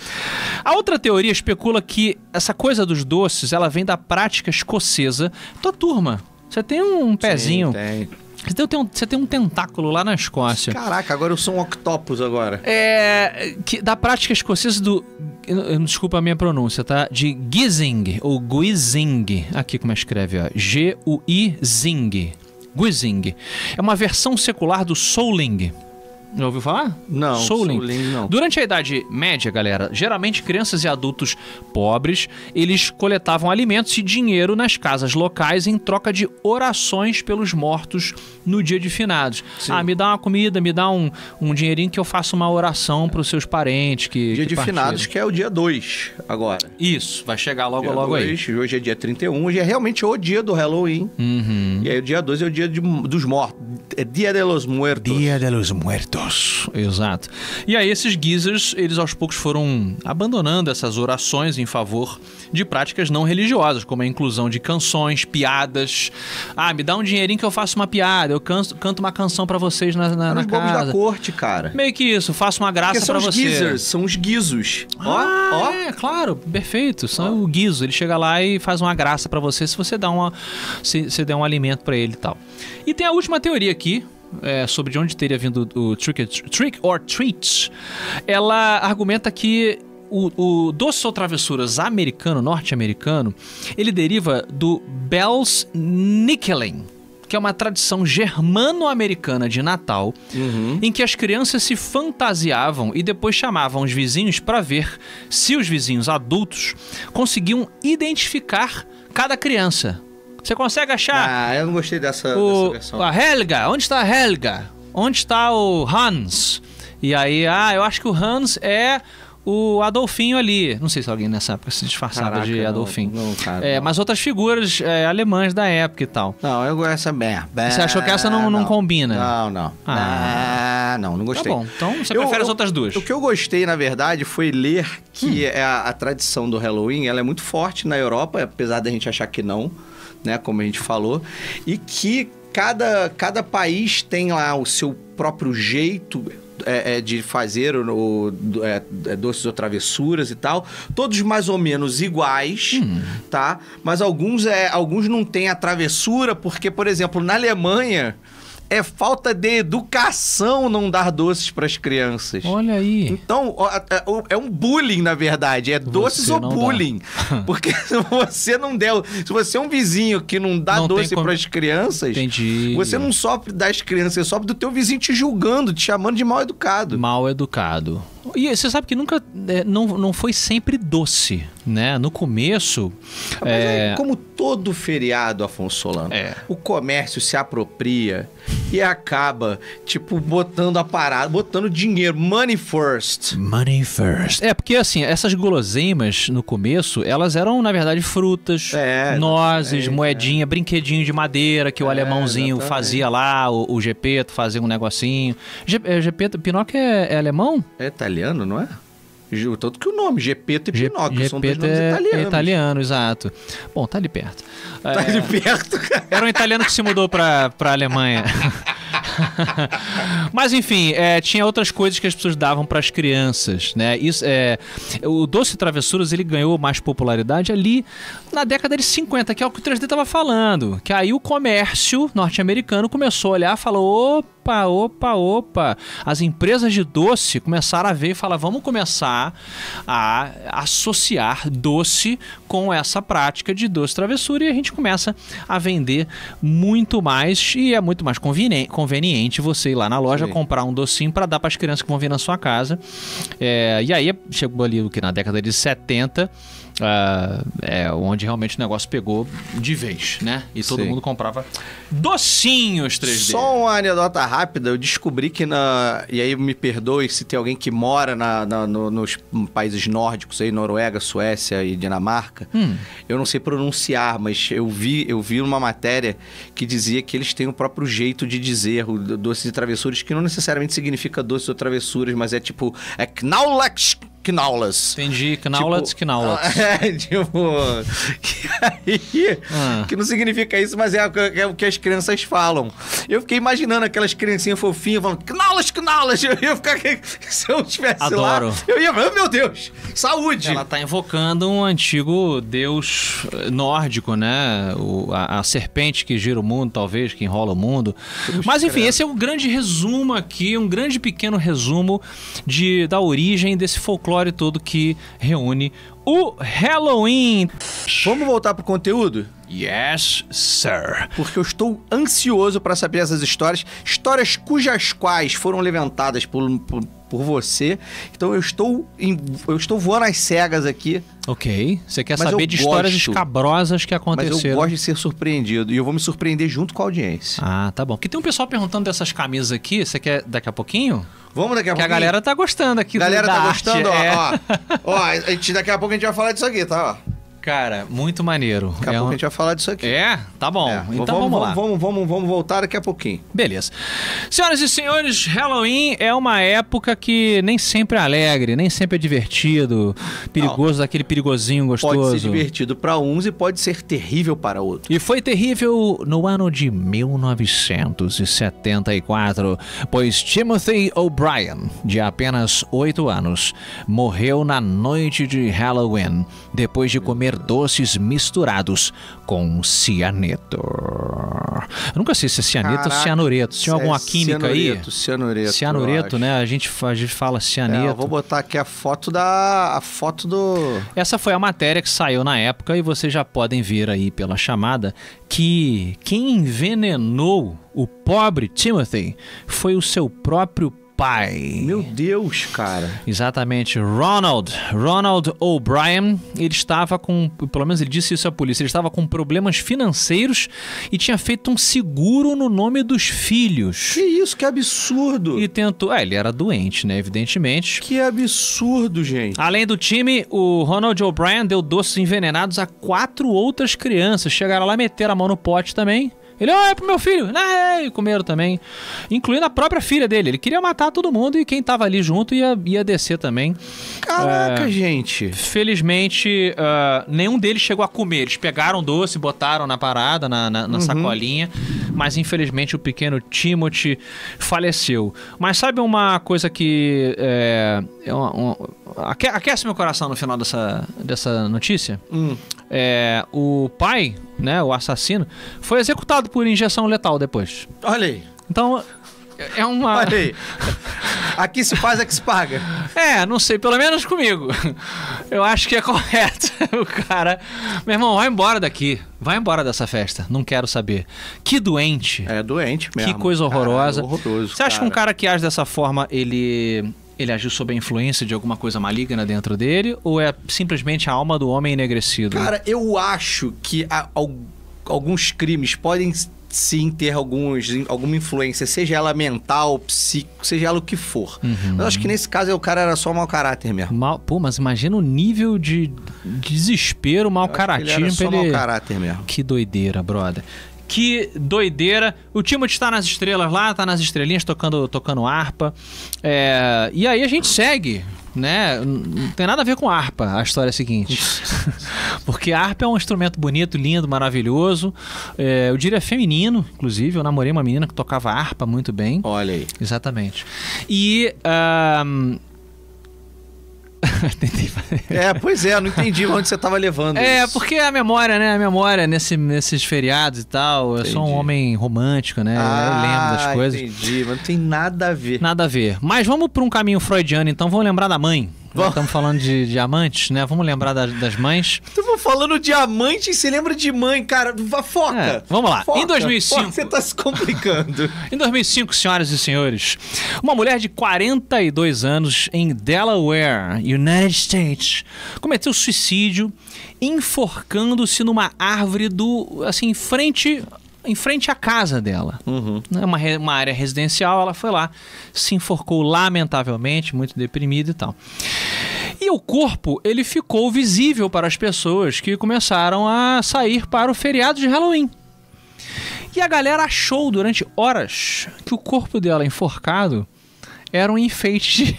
S1: A outra teoria especula que essa coisa dos doces, ela vem da prática escocesa. Tua turma, você tem um pezinho
S3: Tem, tem.
S1: você tem, tem um, você tem um tentáculo lá na Escócia.
S3: Caraca, agora eu sou um octopus agora.
S1: É. Que, da prática escocesa do. eu- eu- Desculpa a minha pronúncia, tá? De Gizing, ou Guizing. Aqui como é que escreve, ó. G-U-I-Zing. Guizing. É uma versão secular do Souling. Já ouviu falar?
S3: Não,
S1: Souling.
S3: Souling não.
S1: Durante a Idade Média, galera, geralmente crianças e adultos pobres, eles coletavam alimentos e dinheiro nas casas locais em troca de orações pelos mortos no dia de finados. Ah, me dá uma comida, me dá um, um dinheirinho que eu faço uma oração para os seus parentes que
S3: Dia
S1: que
S3: de
S1: partiram.
S3: finados, que é o dia 2 agora.
S1: Isso, vai chegar logo
S3: Dia
S1: logo aí.
S3: dois, Hoje é dia 31, hoje é realmente o dia do Halloween.
S1: Uhum.
S3: E aí o dia 2 é o dia de- dos mortos. É dia de los muertos.
S1: de los Muertos. Exato. E aí esses geezers, eles aos poucos foram abandonando essas orações em favor de práticas não religiosas, como a inclusão de canções, piadas. Ah, me dá um dinheirinho que eu faço uma piada, eu canso- canto uma canção pra vocês na, na,
S3: Eram
S1: na
S3: os bobos da
S1: casa.
S3: corte, cara.
S1: Meio que isso, faço uma
S3: Porque
S1: graça
S3: são
S1: pra
S3: os
S1: você.
S3: geezers, são os guizos.
S1: ah,
S3: ó, ó.
S1: é, claro, perfeito. São o guiso. Ele chega lá e faz uma graça pra você se você dá uma, se, se der um alimento pra ele e tal. E tem a última teoria aqui. é, sobre de onde teria vindo o trick, or- trick or treats, ela argumenta que o, o doce ou travessuras americano, norte-americano, ele deriva do Bells Nickelin, que é uma tradição germano-americana de Natal,
S3: Uhum.
S1: em que as crianças se fantasiavam e depois chamavam os vizinhos para ver se os vizinhos adultos conseguiam identificar cada criança. Você consegue achar
S3: Ah, eu não gostei dessa, dessa
S1: o, Ah,
S3: versão.
S1: a Helga? Onde está a Helga? Onde está o Hans? E aí, ah, eu acho que o Hans é o Adolfinho ali. Não sei se alguém nessa época se disfarçava
S3: Caraca,
S1: de
S3: não,
S1: Adolfinho.
S3: não, cara,
S1: É,
S3: não.
S1: mas outras figuras é, alemãs da época e tal.
S3: Não, eu gosto dessa merda.
S1: Você achou que essa não- não combina?
S3: Não, não.
S1: Ah.
S3: Ah, não, não gostei.
S1: Tá bom, então você prefere as outras duas.
S3: O que eu gostei, na verdade, foi ler que é a, a tradição do Halloween ela é muito forte na Europa, apesar da gente achar que não, né? Como a gente falou. E que cada, cada país tem lá o seu próprio jeito. é, é, de fazer o, o- do- é, é, doces ou travessuras e tal, todos mais ou menos iguais, tá? Mas alguns é, alguns não têm a travessura porque, por exemplo, na Alemanha é falta de educação não dar doces para as crianças.
S1: Olha aí.
S3: Então, ó, é- ó, é um bullying, na verdade. É doces ou
S1: não
S3: bullying. Porque se você não der. Se você é um vizinho que não dá
S1: Não tem
S3: doce
S1: como-
S3: pras crianças,
S1: Entendi.
S3: você não sofre das crianças, você sofre do teu vizinho te julgando, te chamando de mal educado.
S1: Mal educado. E você sabe que nunca. é, não, não foi sempre doce, né? No começo.
S3: Ah, Mas é como todo feriado, Afonso Solano,
S1: É.
S3: o comércio se apropria e acaba, tipo, botando a parada, botando dinheiro, money first.
S1: Money first. É, porque assim, essas guloseimas no começo, elas eram, na verdade, frutas,
S3: É,
S1: nozes,
S3: é,
S1: moedinha, brinquedinho de madeira que o
S3: É,
S1: alemãozinho
S3: exatamente.
S1: fazia lá, o, o Gepeto fazia um negocinho. Ge, é, Gepeto, Pinóquio é, é alemão?
S3: É italiano, não é? Ju- Tanto que o nome, Gepeto e
S1: Ge-
S3: Pinóquio, são dois
S1: Gepeto
S3: nomes
S1: é,
S3: italianos.
S1: é italiano, exato. Bom, tá ali perto.
S3: Tá
S1: É,
S3: de perto, cara.
S1: Era um italiano que se mudou pra, pra Alemanha. Mas enfim, é, tinha outras coisas que as pessoas davam pras crianças, né? Isso, é, o doce de travessuras ele ganhou mais popularidade ali na década de 50, que é o que o 3D tava falando. Que aí o comércio norte-americano começou a olhar e falou: opa, opa, opa. As empresas de doce começaram a ver e falar: vamos começar a associar doce com essa prática de doce travessura e a gente começa a vender muito mais e é muito mais conveni- conveniente você ir lá na loja
S3: Sim.
S1: comprar um docinho para dar para as crianças que vão vir na sua casa. É, e aí chegou ali o que na década de 70, ah, é, onde realmente o negócio pegou de vez, né? E todo
S3: Sim.
S1: mundo comprava docinhos 3D.
S3: Só uma anedota rápida, eu descobri que na. E aí me perdoe se tem alguém que mora na, na- no- nos países nórdicos aí, Noruega, Suécia e Dinamarca.
S1: Hum.
S3: Eu não sei pronunciar, mas eu vi, eu vi uma matéria que dizia que eles têm o próprio jeito de dizer o do- doces e travessuras, que não necessariamente significa doces ou travessuras, mas é tipo. É knaulas, knaulas.
S1: Entendi, knaulats,
S3: Tipo,
S1: knaulats.
S3: É, tipo. E aí,
S1: Ah.
S3: que não significa isso, mas é, o que- é o que as crianças falam. Eu fiquei imaginando aquelas criancinhas fofinhas falando, knaulas, knaulas. Eu ia ficar. Se eu estivesse
S1: Adoro.
S3: lá, eu ia. "Oh, Meu Deus! Saúde!
S1: Ela tá invocando um antigo deus eh, nórdico, né? O- a, a serpente que gira o mundo, talvez, que enrola o mundo. Mas enfim, esse é um grande resumo aqui, um grande pequeno resumo de, da origem desse folclore todo que reúne o Halloween.
S3: Vamos voltar pro conteúdo?
S1: Yes, sir.
S3: Porque eu estou ansioso para saber essas histórias. Histórias cujas quais foram levantadas por, por, por você. Então eu estou, em- eu estou voando às cegas aqui.
S1: Ok. Você quer
S3: Mas eu
S1: saber de histórias
S3: gosto.
S1: escabrosas que
S3: Mas eu
S1: aconteceram?
S3: gosto de ser surpreendido. E eu vou me surpreender junto com a audiência.
S1: Ah, tá bom. Porque tem um pessoal perguntando dessas camisas aqui. Você quer daqui a pouquinho?
S3: Vamos daqui a
S1: Que a
S3: pouquinho?
S1: galera tá gostando aqui.
S3: A
S1: do-
S3: galera
S1: da
S3: tá
S1: arte,
S3: gostando, ó,
S1: é.
S3: ó. Ó, a gente, daqui a pouco a gente vai falar disso aqui, tá? Ó. Daqui
S1: Cara, muito maneiro.
S3: a
S1: é,
S3: pouco
S1: um-
S3: a gente vai falar disso aqui.
S1: É? tá bom.
S3: É,
S1: Então vamos, lá.
S3: Vamos, vamos, vamos voltar daqui a pouquinho.
S1: Beleza. Senhoras e senhores, Halloween é uma época que nem sempre é alegre, nem sempre é divertido, perigoso, daquele perigosinho
S3: Pode
S1: gostoso.
S3: ser divertido pra uns e pode ser terrível para outros.
S1: E foi terrível no ano de 1974, pois Timothy O'Brien, de apenas 8 anos, morreu na noite de Halloween, depois de comer doces misturados com cianeto. Eu nunca sei se é cianeto ou
S3: Caraca,
S1: cianureto. Tinha
S3: É,
S1: alguma química
S3: cianureto,
S1: aí?
S3: Cianureto,
S1: Cianureto,
S3: eu
S1: né? A gente, fa- a gente fala
S3: acho. É, eu
S1: cianeto.
S3: vou botar aqui a foto da... A foto do...
S1: Essa foi a matéria que saiu na época e vocês já podem ver aí pela chamada que quem envenenou o pobre Timothy foi o seu próprio pai.
S3: Meu Deus, cara.
S1: Exatamente, Ronald, Ronald O'Brien, ele estava com, pelo menos ele disse isso à polícia, ele estava com problemas financeiros e tinha feito um seguro no nome dos filhos.
S3: Que isso, que absurdo.
S1: E tentou, é, ele era doente, né, evidentemente.
S3: Que absurdo, gente.
S1: Além do time, o Ronald O'Brien deu doces envenenados a quatro outras crianças. Chegaram lá, meteram a mão no pote também. Ele, ó, é pro meu filho. né? E comeram também. Incluindo a própria filha dele. Ele queria matar todo mundo e quem tava ali junto ia, ia descer também. Ah,
S3: Caraca,
S1: é.
S3: gente.
S1: Felizmente, ah, nenhum deles chegou a comer. Eles pegaram o doce, botaram na parada, na, na- na
S3: Uhum.
S1: sacolinha. Mas infelizmente o pequeno Timothy faleceu. Mas sabe uma coisa que. É, é uma- uma- aque- aquece meu coração no final dessa, dessa notícia?
S3: Hum.
S1: É, o pai, né, o assassino, foi executado por injeção letal depois.
S3: Olha aí.
S1: Então. É uma.
S3: Olha aí. Aqui se faz é que se paga.
S1: É, não sei, pelo menos comigo. Eu acho que é correto. O cara. Meu irmão, vai embora daqui. Vai embora dessa festa. Não quero saber. Que doente.
S3: É doente mesmo.
S1: que coisa horrorosa.
S3: Caralho, horroroso,
S1: Você acha que um cara que age dessa forma, ele. Ele agiu sob a influência de alguma coisa maligna dentro dele? Ou é simplesmente a alma do homem enegrecido?
S3: Cara, eu acho que a- al- alguns crimes podem sim ter alguns, alguma influência, seja ela mental, psíquico, seja ela o que for.
S1: Uhum.
S3: Mas eu acho que nesse caso é o cara era só mau caráter mesmo.
S1: Mal, pô, mas imagina o nível de desespero, mau
S3: Eu acho que
S1: caratismo
S3: Ele era só
S1: pra
S3: mau
S1: ele-
S3: caráter mesmo.
S1: Que doideira, brother. Que doideira. O Timothy tá nas estrelas lá, tá nas estrelinhas tocando, tocando harpa. É, e aí a gente segue, né? N- Não tem nada a ver com harpa a história seguinte. Porque harpa é um instrumento bonito, lindo, maravilhoso. É, eu diria feminino, inclusive. Eu namorei uma menina que tocava harpa muito bem.
S3: Olha aí.
S1: Exatamente. E. ahn, Tentei fazer.
S3: É, pois é, eu não entendi onde você tava levando
S1: É,
S3: isso.
S1: porque a memória, né? A memória nesse, nesses feriados e tal. Eu sou um
S3: Entendi.
S1: homem romântico, né? eu lembro das
S3: Ah,
S1: coisas.
S3: entendi, mas não tem nada a ver.
S1: Nada a ver. Mas vamos para um caminho freudiano, então. Vamos lembrar da mãe. Já
S3: Vamos.
S1: Estamos falando de, de amantes, né? Vamos lembrar das, das mães.
S3: Tava tá falando diamante e você lembra de mãe, cara. Vá- Foca.
S1: É, vamos lá. Em 2005.
S3: Foca, você tá se complicando.
S1: Em 2005, senhoras e senhores, uma mulher de 42 anos em Delaware, United States, cometeu suicídio enforcando-se numa árvore do, assim, em frente, em frente à casa dela. Né, Uma, re- uma área residencial, ela foi lá, se enforcou lamentavelmente, muito deprimida e tal. E o corpo, ele ficou visível para as pessoas que começaram a sair para o feriado de Halloween. E a galera achou durante horas que o corpo dela enforcado era um enfeite de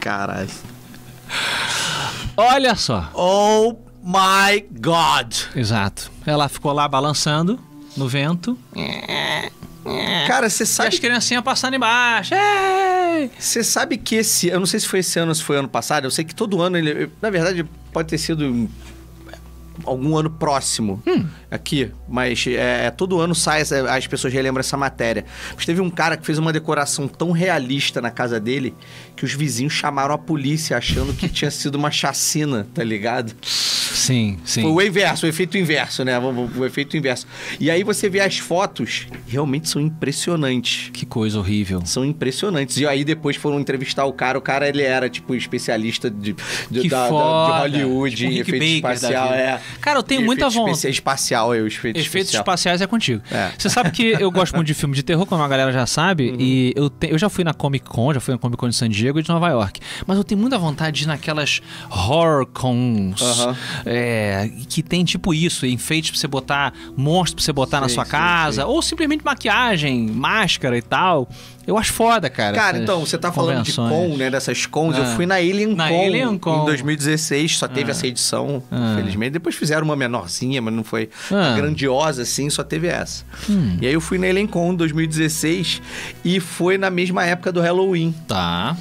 S3: Caralho.
S1: Olha só.
S3: Oh my god.
S1: Exato. Ela ficou lá balançando no vento.
S3: Cara, você
S1: E as
S3: sabe,
S1: criancinhas passando embaixo. Ei!
S3: você sabe que esse. Eu não sei se foi esse ano ou se foi ano passado. Eu sei que todo ano ele. eu- Na verdade, pode ter sido em algum ano próximo aqui. Mas é, todo ano sai, essa- as pessoas relembram essa matéria. Mas teve um cara que fez uma decoração tão realista na casa dele que os vizinhos chamaram a polícia achando que tinha sido uma chacina, tá ligado?
S1: Sim, sim.
S3: Foi o inverso, o efeito inverso, né? Vamos- O efeito inverso. E aí você vê as fotos, realmente são impressionantes.
S1: Que coisa horrível.
S3: São impressionantes. E aí depois foram entrevistar o cara, o cara ele era, tipo, especialista de, de,
S1: Que
S3: da- da- de
S1: foda.
S3: Hollywood,
S1: Tipo um
S3: em
S1: Rick Baker
S3: efeito
S1: da
S3: espacial.
S1: vida.
S3: É.
S1: Cara, eu tenho
S3: E
S1: muita
S3: efeito
S1: vontade.
S3: especia- Espacial, é o efeito
S1: Efeitos
S3: especial.
S1: espaciais é contigo.
S3: É. Uhum.
S1: Você sabe que eu gosto muito de filme de terror, como a galera já sabe, e eu, te- eu já fui na Comic Con, já fui na Comic Con de San Diego e de Nova York. Mas eu tenho muita vontade de ir naquelas horror cons
S3: Aham.
S1: é, que tem tipo isso, enfeites pra você botar, monstros pra você botar na
S3: Sei,
S1: sua
S3: sei,
S1: casa, ou simplesmente maquiagem, máscara e tal. Eu acho foda, cara.
S3: Cara,
S1: essas
S3: então, você tá falando de
S1: convenções.
S3: con, né? Dessas cons. Eu
S1: Ah.
S3: fui na Alien
S1: Na
S3: Con
S1: Alien Con.
S3: em 2016, só
S1: É.
S3: teve essa edição,
S1: Ah.
S3: infelizmente. Depois fizeram uma menorzinha, mas não foi
S1: Ah.
S3: grandiosa assim, só teve essa.
S1: Hum.
S3: E aí eu fui na Alien Con em 2016 e foi na mesma época do Halloween.
S1: Tá.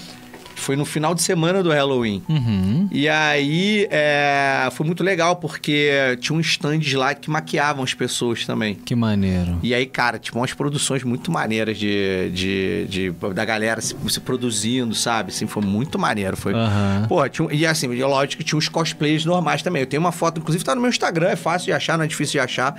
S3: Foi no final de semana do Halloween.
S1: Uhum.
S3: E aí, é, foi muito legal, porque tinha um stand lá que maquiavam as pessoas também.
S1: Que maneiro.
S3: E aí, cara, tipo, umas produções muito maneiras de, de, de- da galera se, se produzindo, sabe? Assim, foi muito maneiro. Foi.
S1: Aham.
S3: Pô, tinha, um- e assim, e lógico que tinha os cosplays normais também. Eu tenho uma foto, inclusive tá no meu Instagram, é fácil de achar, não é difícil de achar.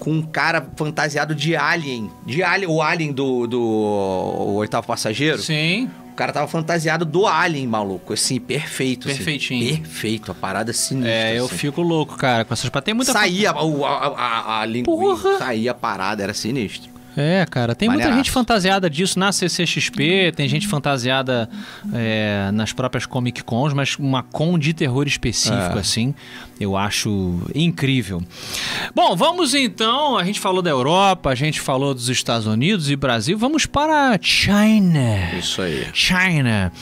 S3: Com um cara fantasiado de alien. De alien, o alien do, do o oitavo passageiro.
S1: Sim.
S3: O cara tava fantasiado do alien, maluco. Assim, perfeito. assim.
S1: Perfeitinho.
S3: perfeito, a parada sinistra.
S1: É, eu
S3: assim.
S1: fico louco, cara, com essas pa- Tem muita
S3: Saía o- a, a, a linguinha,
S1: Porra!
S3: saía a parada, era sinistro.
S1: É, cara, tem muita
S3: Maneiraço.
S1: gente fantasiada disso na CCXP, tem gente fantasiada é, nas próprias Comic Cons, mas uma con de terror
S3: É.
S1: específico, assim, eu acho incrível. Bom, vamos então, a gente falou da Europa, a gente falou dos Estados Unidos e Brasil, vamos para a China.
S3: Isso aí.
S1: China.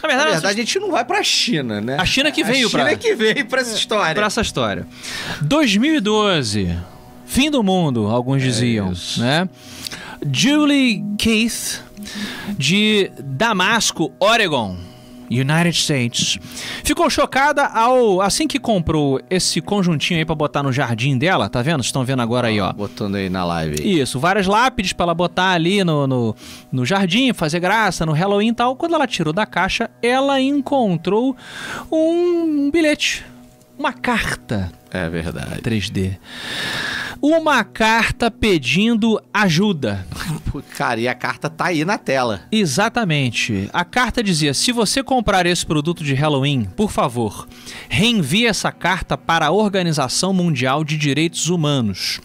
S1: Na verdade,
S3: Na verdade, a gente não vai pra China, né?
S1: A China que veio
S3: a China
S1: pra- É.
S3: que veio pra essa história.
S1: para essa história. 2012, fim do mundo, alguns diziam, né? Julie Keith de Damasco, Oregon. United States. Ficou chocada ao assim que comprou esse conjuntinho aí pra botar no jardim dela, tá vendo? Vocês estão vendo agora aí, ó.
S3: Botando aí na live.
S1: Isso, várias lápides pra ela botar ali no, no, no jardim, fazer graça, no Halloween e tal. Quando ela tirou da caixa, ela encontrou um bilhete, uma carta
S3: É verdade.
S1: 3D. uma carta pedindo ajuda.
S3: Pô, Cara, e a carta tá aí na tela.
S1: Exatamente. A carta dizia: se você comprar esse produto de Halloween, por favor, reenvie essa carta para a Organização Mundial de Direitos Humanos.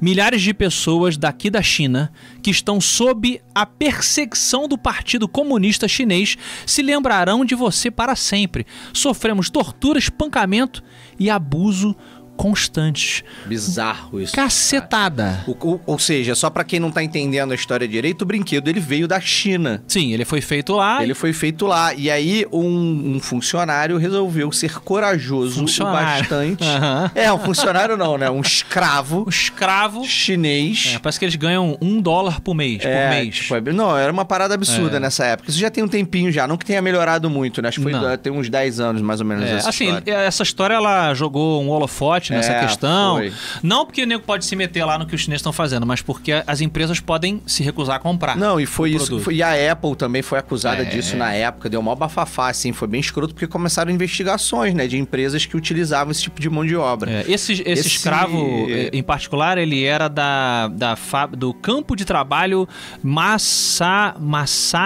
S1: Milhares de pessoas daqui da China que estão sob a perseguição do Partido Comunista Chinês se lembrarão de você para sempre. Sofremos tortura, espancamento e abuso constantes.
S3: Bizarro isso.
S1: Cacetada.
S3: O- o- ou seja, só pra quem não tá entendendo a história direito, o brinquedo ele veio da China.
S1: Sim, ele foi feito lá.
S3: Ele foi feito lá. E aí, um, um funcionário resolveu ser corajoso o
S1: Funcionário.
S3: bastante.
S1: Aham.
S3: É, um funcionário não, né? Um escravo
S1: O escravo.
S3: chinês.
S1: É, parece que eles ganham um dólar por mês.
S3: É,
S1: por mês. É.
S3: tipo, é- não, era uma parada absurda nessa época. Isso já tem um tempinho já, não que tenha melhorado muito, né? Acho que foi,
S1: Não.
S3: do- tem uns 10 anos, mais ou menos,
S1: É,
S3: essa
S1: assim,
S3: história.
S1: essa história ela jogou um holofote nessa
S3: É,
S1: questão.
S3: foi.
S1: Não porque o nego pode se meter lá no que os chineses estão fazendo, mas porque as empresas podem se recusar a comprar.
S3: Não, e foi
S1: ah, o
S3: isso.
S1: produto. É.
S3: foi- e a Apple também foi acusada disso na época. Deu maior bafafá, assim. Foi bem escroto, porque começaram investigações, né? De empresas que utilizavam esse tipo de mão de obra.
S1: É, esse, esse,
S3: Esse- é,
S1: escravo, eh, em particular, ele era da, da fa- do campo de trabalho Massa,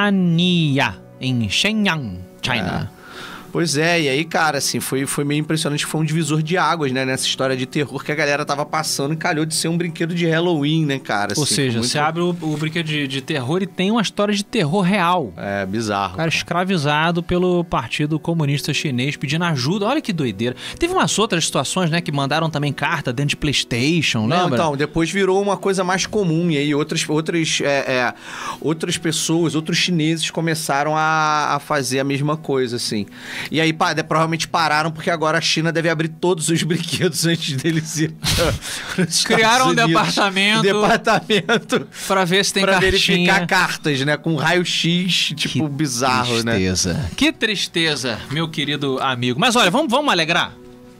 S1: Massania, em Shenyang, China.
S3: Pois é, e aí, cara, assim, foi, foi meio impressionante. Foi um divisor de águas, né? Nessa história de terror que a galera tava passando e calhou de ser um brinquedo de Halloween, né, cara?
S1: Ou
S3: assim,
S1: seja,
S3: foi muito-
S1: você abre o, o brinquedo de, de terror e tem uma história de terror real.
S3: É,
S1: O
S3: bizarro.
S1: cara escravizado pelo Partido Comunista Chinês pedindo ajuda. Olha que doideira. Teve umas outras situações, né, que mandaram também carta dentro de PlayStation,
S3: Não,
S1: lembra?
S3: então, depois virou uma coisa mais comum. E aí outras, outras, é, é, outras pessoas, outros chineses começaram a, a fazer a mesma coisa, assim. E aí pa- de- provavelmente pararam, porque agora a China deve abrir todos os brinquedos antes deles ir pros Estados
S1: Criaram um
S3: Unidos.
S1: departamento.
S3: departamento
S1: Pra ver se tem
S3: pra
S1: cartinha.
S3: verificar cartas, né? Com raio-x, tipo,
S1: Que
S3: bizarro, né?
S1: tristeza. Que tristeza, meu querido amigo. Mas olha, vamos, vamos alegrar?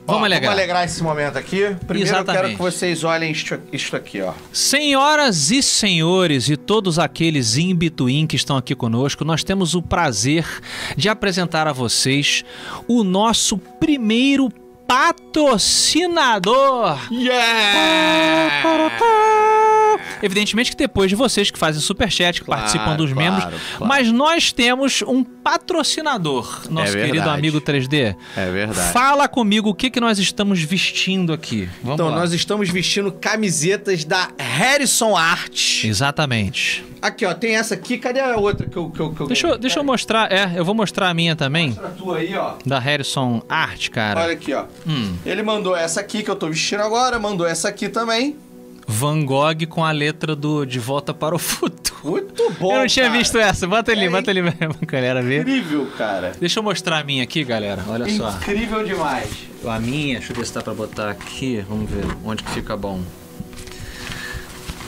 S1: Vamos
S3: Ó,
S1: alegrar.
S3: Vamos alegrar esse momento aqui. Primeiro eu quero
S1: Exatamente.
S3: que vocês olhem isto, isto aqui, ó.
S1: Senhoras e senhores e todos aqueles in between que estão aqui conosco, nós temos o prazer de apresentar a vocês o nosso primeiro patrocinador.
S3: Yeah!
S1: Evidentemente que depois de vocês que fazem superchat, que
S3: Claro,
S1: participam dos
S3: claro,
S1: membros,
S3: claro. É
S1: mas nós temos um patrocinador, nosso
S3: verdade.
S1: querido amigo 3D.
S3: É verdade.
S1: Fala comigo o que, que nós estamos vestindo aqui. Vamos
S3: Então,
S1: lá.
S3: nós estamos vestindo camisetas da Harrison Art.
S1: Exatamente.
S3: Aqui, ó, tem essa aqui. Cadê a outra que eu. Que eu, que eu
S1: Deixa eu, deixa eu mostrar, é, eu vou mostrar a minha também,
S3: Mostra a tua aí, ó.
S1: da Harrison Art, cara. Hum.
S3: Olha aqui, ó. Ele mandou essa aqui que eu tô vestindo agora, mandou essa aqui também.
S1: Van Gogh com a letra do De Volta para o Futuro.
S3: Muito bom.
S1: eu não tinha
S3: cara.
S1: visto essa, bota ali,
S3: É,
S1: bota ali mesmo, galera, ver.
S3: Incrível, cara.
S1: Deixa eu mostrar a minha aqui, galera, olha só.
S3: Incrível demais.
S1: A minha, deixa eu ver se dá pra botar aqui. Vamos ver onde que fica bom.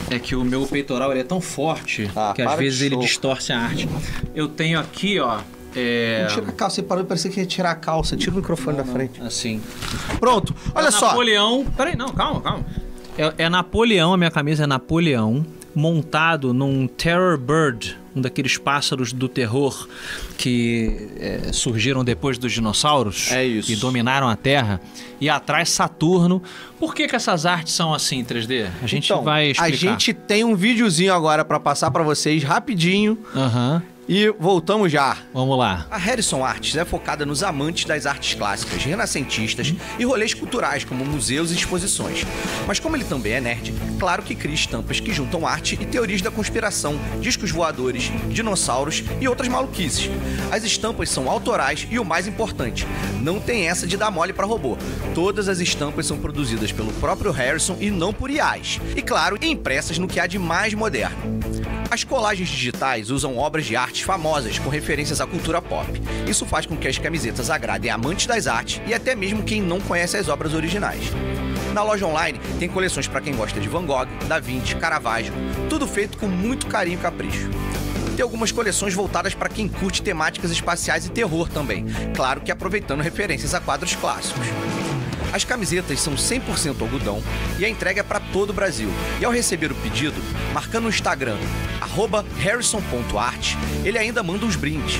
S1: É que o meu peitoral ele é tão forte
S3: Ah,
S1: que às
S3: para de
S1: vezes ele
S3: show.
S1: distorce a arte. Eu tenho aqui, ó. É.
S3: Tira a calça, você parou, parecia que ia tirar a calça. Tira o microfone da frente.
S1: Assim.
S3: Pronto, olha
S1: É
S3: só.
S1: Napoleão. Peraí, não, calma, calma. É, é Napoleão, a minha camisa é Napoleão, montado num Terror Bird, um daqueles pássaros do terror que é, surgiram depois dos dinossauros
S3: É isso.
S1: e dominaram a Terra. E atrás Saturno. Por que, que essas artes são assim, 3D? A gente
S3: Então,
S1: vai explicar.
S3: A gente tem um videozinho agora pra passar pra vocês rapidinho
S1: Aham,
S3: e voltamos já.
S1: vamos lá.
S3: A Harrison Arts é focada nos amantes das artes clássicas, renascentistas e rolês culturais, como museus e exposições. Mas como ele também é nerd, claro que cria estampas que juntam arte e teorias da conspiração, discos voadores, dinossauros e outras maluquices. As estampas são autorais e o mais importante, não tem essa de dar mole pra robô. Todas as estampas são produzidas pelo próprio Harrison e não por IAs. E claro, impressas no que há de mais moderno. As colagens digitais usam obras de arte famosas com referências à cultura pop. Isso faz com que as camisetas agradem amantes das artes e até mesmo quem não conhece as obras originais. Na loja online tem coleções para quem gosta de Van Gogh, Da Vinci, Caravaggio, tudo feito com muito carinho e capricho. Tem algumas coleções voltadas para quem curte temáticas espaciais e terror também, claro que aproveitando referências a quadros clássicos. As camisetas são 100% algodão e a entrega é para todo o Brasil. E ao receber o pedido, marcando o Instagram arroba harrison.art, ele ainda manda uns brindes.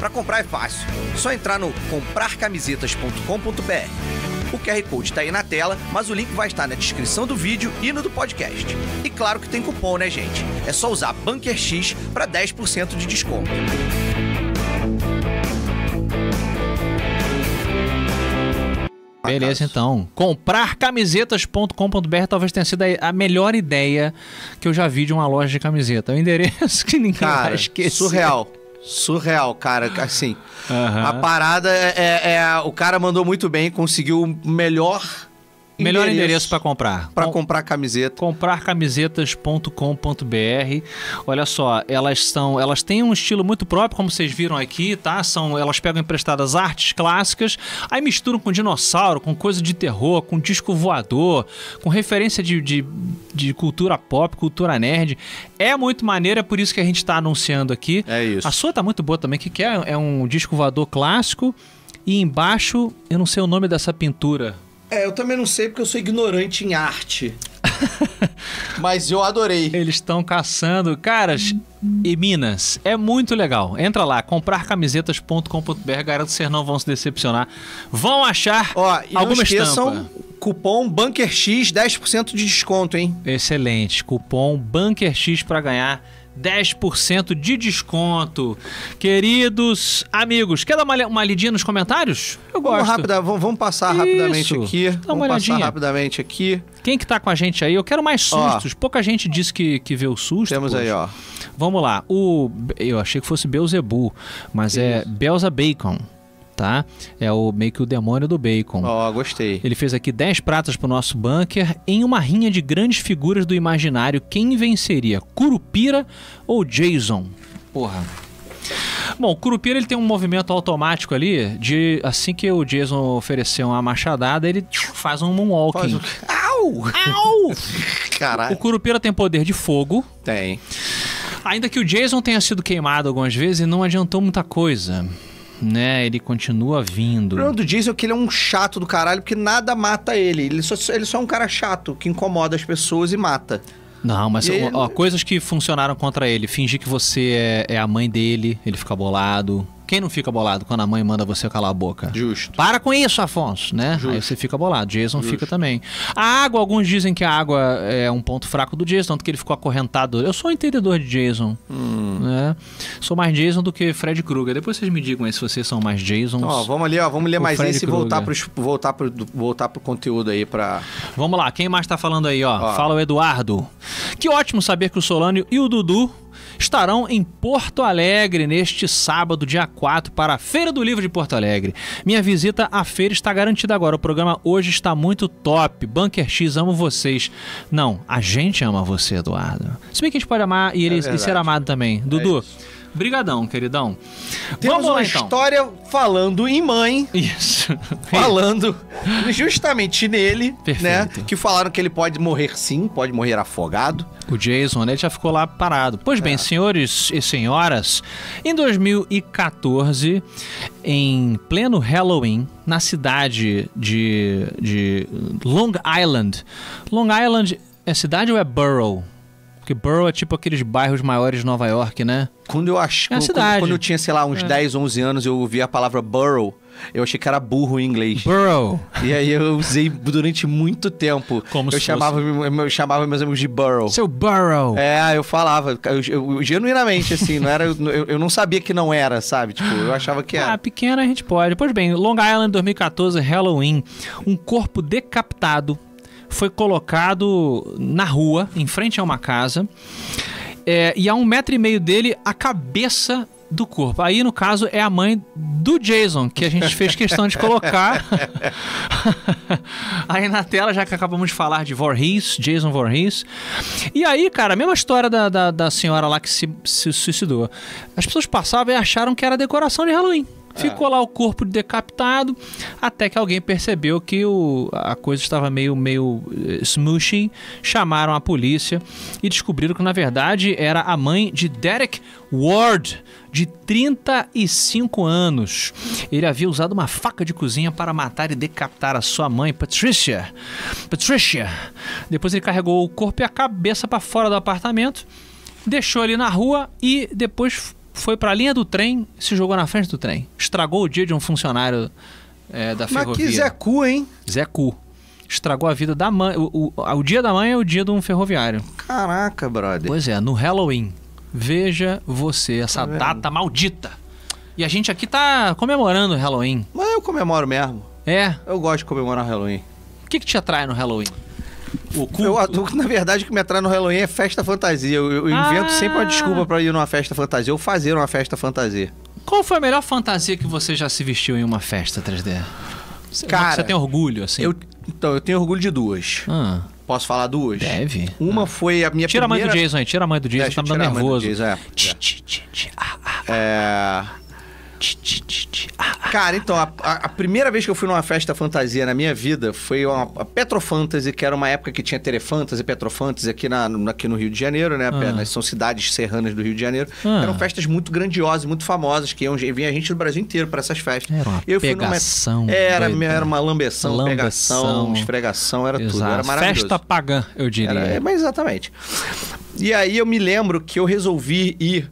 S3: Para comprar é fácil, só entrar no comprarcamisetas.com.br. O QR Code tá aí na tela, mas o link vai estar na descrição do vídeo e no do podcast. E claro que tem cupom, né, gente? É só usar Bunker X para 10% de desconto.
S1: Beleza, então. Comprarcamisetas.com.br talvez tenha sido a- a melhor ideia que eu já vi de uma loja de camiseta. É um endereço que ninguém vai
S3: Cara,
S1: esquecer.
S3: surreal. Surreal, cara. Assim,
S1: Aham.
S3: a parada é, é- é- O cara mandou muito bem, conseguiu o melhor...
S1: Melhor endereço pra comprar.
S3: para
S1: Com-
S3: comprar camiseta.
S1: comprarcamisetas.com.br. Olha só, elas são, elas têm um estilo muito próprio, como vocês viram aqui, tá? São, elas pegam emprestadas artes clássicas, aí misturam com dinossauro, com coisa de terror, com disco voador, com referência de, de, de cultura pop, cultura nerd. É muito maneiro, é por isso que a gente tá anunciando aqui.
S3: É isso.
S1: A sua tá muito boa também, que que é, é um disco voador clássico e embaixo, eu não sei o nome dessa pintura.
S3: É, eu também não sei porque eu sou ignorante em arte. Mas eu adorei.
S1: Eles estão caçando, caras e minas. É muito legal. Entra lá, comprarcamisetas.com.br. Garanto que vocês não vão se decepcionar. Vão achar
S3: Ó, e
S1: alguma
S3: não esqueçam
S1: estampa.
S3: cupom BunkerX 10% de desconto, hein?
S1: Excelente. Cupom BunkerX para ganhar 10% de desconto. Queridos amigos, quer dar uma, le- uma lidinha nos comentários? Eu gosto.
S3: Vamos, rapida, vamos, vamos passar rapidamente
S1: Isso. Dá
S3: aqui.
S1: uma
S3: vamos passar
S1: olhadinha.
S3: rapidamente aqui.
S1: Quem que tá com a gente aí? Eu quero mais
S3: Ó.
S1: sustos. Pouca gente disse que, que vê o susto.
S3: Temos
S1: poxa.
S3: aí, ó.
S1: Vamos lá. O eu achei que fosse Beelzebu, mas é Belza Bacon, tá? É o meio que o demônio do bacon.
S3: Ó, gostei.
S1: Ele fez aqui 10 pratas pro nosso bunker em uma rinha de grandes figuras do imaginário. Quem venceria, Curupira ou Jason? Porra. Bom, o Curupira ele tem um movimento automático ali de assim que o Jason oferecer uma machadada, ele faz um
S3: Faz
S1: moonwalking.
S3: é o... Au!
S1: Au! O
S3: Caralho.
S1: Curupira tem poder de fogo,
S3: Tem.
S1: Ainda que o Jason tenha sido queimado algumas vezes, não adiantou muita coisa. Né? Ele continua
S3: O
S1: vindo.
S3: problema do Jason é que ele é um chato do caralho, porque nada mata ele. Ele só, ele só é um cara chato, que incomoda as pessoas e mata.
S1: Não, mas
S3: E ele-
S1: ó, coisas que funcionaram contra ele. Fingir que você é, é a mãe dele, ele fica bolado. Quem não fica bolado quando a mãe manda você calar a boca?
S3: Justo.
S1: Para com isso, Afonso, né? Aí você fica bolado. Jason fica também. A água, alguns dizem que a água é um ponto fraco do Jason, tanto que ele ficou acorrentado. Eu sou um entendedor de Jason,
S3: Hum.
S1: né? Sou mais Jason do que Fred Krueger. Depois vocês me digam aí se vocês são mais Jasons.
S3: Ó, vamos ali, ó. Vamos ler
S1: O
S3: mais
S1: Fred
S3: esse e voltar pro,
S1: Krueger.
S3: voltar, pro, voltar pro conteúdo aí pra.
S1: Vamos lá, quem mais tá falando aí, ó?
S3: Ó.
S1: Fala o Eduardo. Que ótimo saber que o Solânio e o Dudu estarão em Porto Alegre neste sábado, dia 4, para a Feira do Livro de Porto Alegre. Minha visita à feira está garantida agora. O programa hoje está muito top. Bunker X, amo vocês. Não, a gente ama você, Eduardo. Se bem que a gente pode amar e, ele, e
S3: É verdade.
S1: ser amado também. Dudu,
S3: isso.
S1: brigadão, queridão.
S3: Temos
S1: Vamos lá,
S3: uma
S1: então.
S3: história falando em mãe.
S1: Isso.
S3: falando justamente nele,
S1: Perfeito.
S3: né? Que falaram que ele pode morrer sim, pode morrer afogado.
S1: O Jason, né, ele já ficou lá parado. Pois
S3: É.
S1: bem, senhores e senhoras, em 2014, em pleno Halloween, na cidade de, de Long Island. Long Island é cidade ou é borough? Porque borough é tipo aqueles bairros maiores de Nova York, né?
S3: Quando eu acho
S1: É a
S3: quando-
S1: cidade.
S3: Quando eu tinha, sei lá, uns 10, 11 anos, eu ouvi a palavra burrow. Eu achei que era burro em inglês.
S1: Borough.
S3: e aí eu usei durante muito tempo.
S1: Como se
S3: eu chamava, eu chamava meus amigos de burrow.
S1: Seu borough.
S3: É, eu falava, eu, eu- genuinamente, assim, não era, eu, eu não sabia que não era, sabe? Tipo, eu achava que
S1: Ah,
S3: era.
S1: pequena a gente pode. Pois bem, Long Island 2014, Halloween. Um corpo decapitado foi colocado na rua, em frente a uma casa. É, e a um metro e meio dele, a cabeça do corpo. Aí, no caso, é a mãe do Jason, que a gente fez questão de colocar. aí na tela, já que acabamos de falar de Voorhees, Jason Voorhees. E aí, cara, a mesma história da, da, da senhora lá que se, se suicidou. As pessoas passavam e acharam que era decoração de Halloween. Ficou lá o corpo decapitado, até que alguém percebeu que o, a coisa estava meio, meio eh, smushy. Chamaram a polícia e descobriram que, na verdade, era a mãe de Derek Ward, de 35 anos. Ele havia usado uma faca de cozinha para matar e decapitar a sua mãe, Patricia. Patricia. Depois ele carregou o corpo e a cabeça para fora do apartamento, deixou ele na rua e depois f- foi para a linha do trem, se jogou na frente do trem. Estragou o dia de um funcionário é, da
S3: Mas que Zé
S1: ferrovia.
S3: Cu, hein?
S1: Zé Cu. Estragou a vida da mãe. O, o, o dia da mãe é o dia de um ferroviário.
S3: Caraca, brother.
S1: Pois é, no Halloween. Veja você essa
S3: Tá vendo?
S1: data maldita. E a gente aqui tá comemorando o Halloween.
S3: Mas eu comemoro mesmo.
S1: É.
S3: Eu gosto de comemorar o Halloween.
S1: O que, que te atrai no Halloween? O cu.
S3: Eu, adoro- na verdade, o que me atrai no Halloween é festa fantasia. Eu, eu
S1: Ah.
S3: invento sempre uma desculpa pra ir numa festa fantasia ou fazer uma festa fantasia.
S1: Qual foi a melhor fantasia que você já se vestiu em uma festa 3D? Você-
S3: Cara,
S1: Você tem orgulho, assim?
S3: Eu, então, eu tenho orgulho de duas.
S1: Ah,
S3: Posso falar duas?
S1: deve. Ah.
S3: Uma foi a minha
S1: Tira a mãe
S3: primeira...
S1: do Jason aí, tira a mãe do Jason, tá
S3: Deixa eu
S1: me dando
S3: tirar a mãe do
S1: nervoso.
S3: Jason, é.
S1: Ti, ti, ti, ti, ah, ah,
S3: É...
S1: ti, ti, ti, ti, ah, ah.
S3: Cara, então, a, a- a primeira vez que eu fui numa festa fantasia na minha vida foi uma, a Petrofantasy, que era uma época que tinha Telefantasy e Petrofantasy aqui, na, no- aqui no Rio de Janeiro, né?
S1: Ah.
S3: Nas- São cidades serranas do Rio de Janeiro.
S1: Ah.
S3: Eram festas muito grandiosas, muito famosas, que iam, vinha gente do Brasil inteiro pra essas festas.
S1: Era uma
S3: E eu fui numa-
S1: pegação
S3: Era,
S1: doida. né?
S3: era uma lambeção,
S1: Lambeção.
S3: pegação, esfregação, era tudo. Era
S1: Exato.
S3: maravilhoso.
S1: Festa pagã, eu diria.
S3: Era- é, mas exatamente. E aí eu me lembro que eu resolvi ir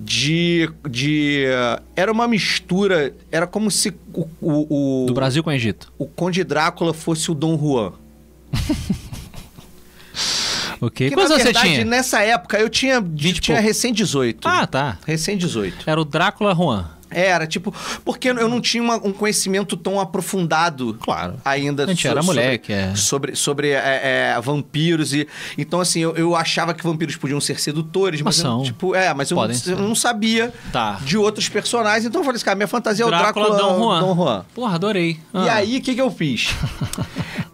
S3: de. de eh, era uma mistura. Era como se o, o, o,
S1: Do Brasil com o Egito.
S3: o Conde Drácula fosse o Dom Juan.
S1: Ok.
S3: Que,
S1: Quantos
S3: na
S1: anos você
S3: verdade, né,
S1: tinha?
S3: nessa época eu tinha,
S1: Vinte e
S3: tinha
S1: pouco.
S3: recém 18.
S1: Ah, tá.
S3: Recém 18.
S1: Era o Drácula Juan.
S3: Era, tipo, porque eu não tinha uma- um conhecimento tão aprofundado.
S1: Claro.
S3: Ainda
S1: A gente era moleque, é.
S3: Sobre, sobre é, é, vampiros e. Então, assim, eu, eu achava que vampiros podiam ser sedutores, mas.
S1: Mas
S3: eu não-
S1: são.
S3: tipo, é, mas eu, não-
S1: Podem ser.
S3: eu não sabia
S1: Tá.
S3: de outros personagens. Então eu falei assim, cara, minha fantasia é o
S1: Drácula,
S3: Drácula
S1: Dom Juan.
S3: Dom Juan.
S1: Porra, adorei.
S3: E
S1: Ah.
S3: aí, o que, que eu fiz?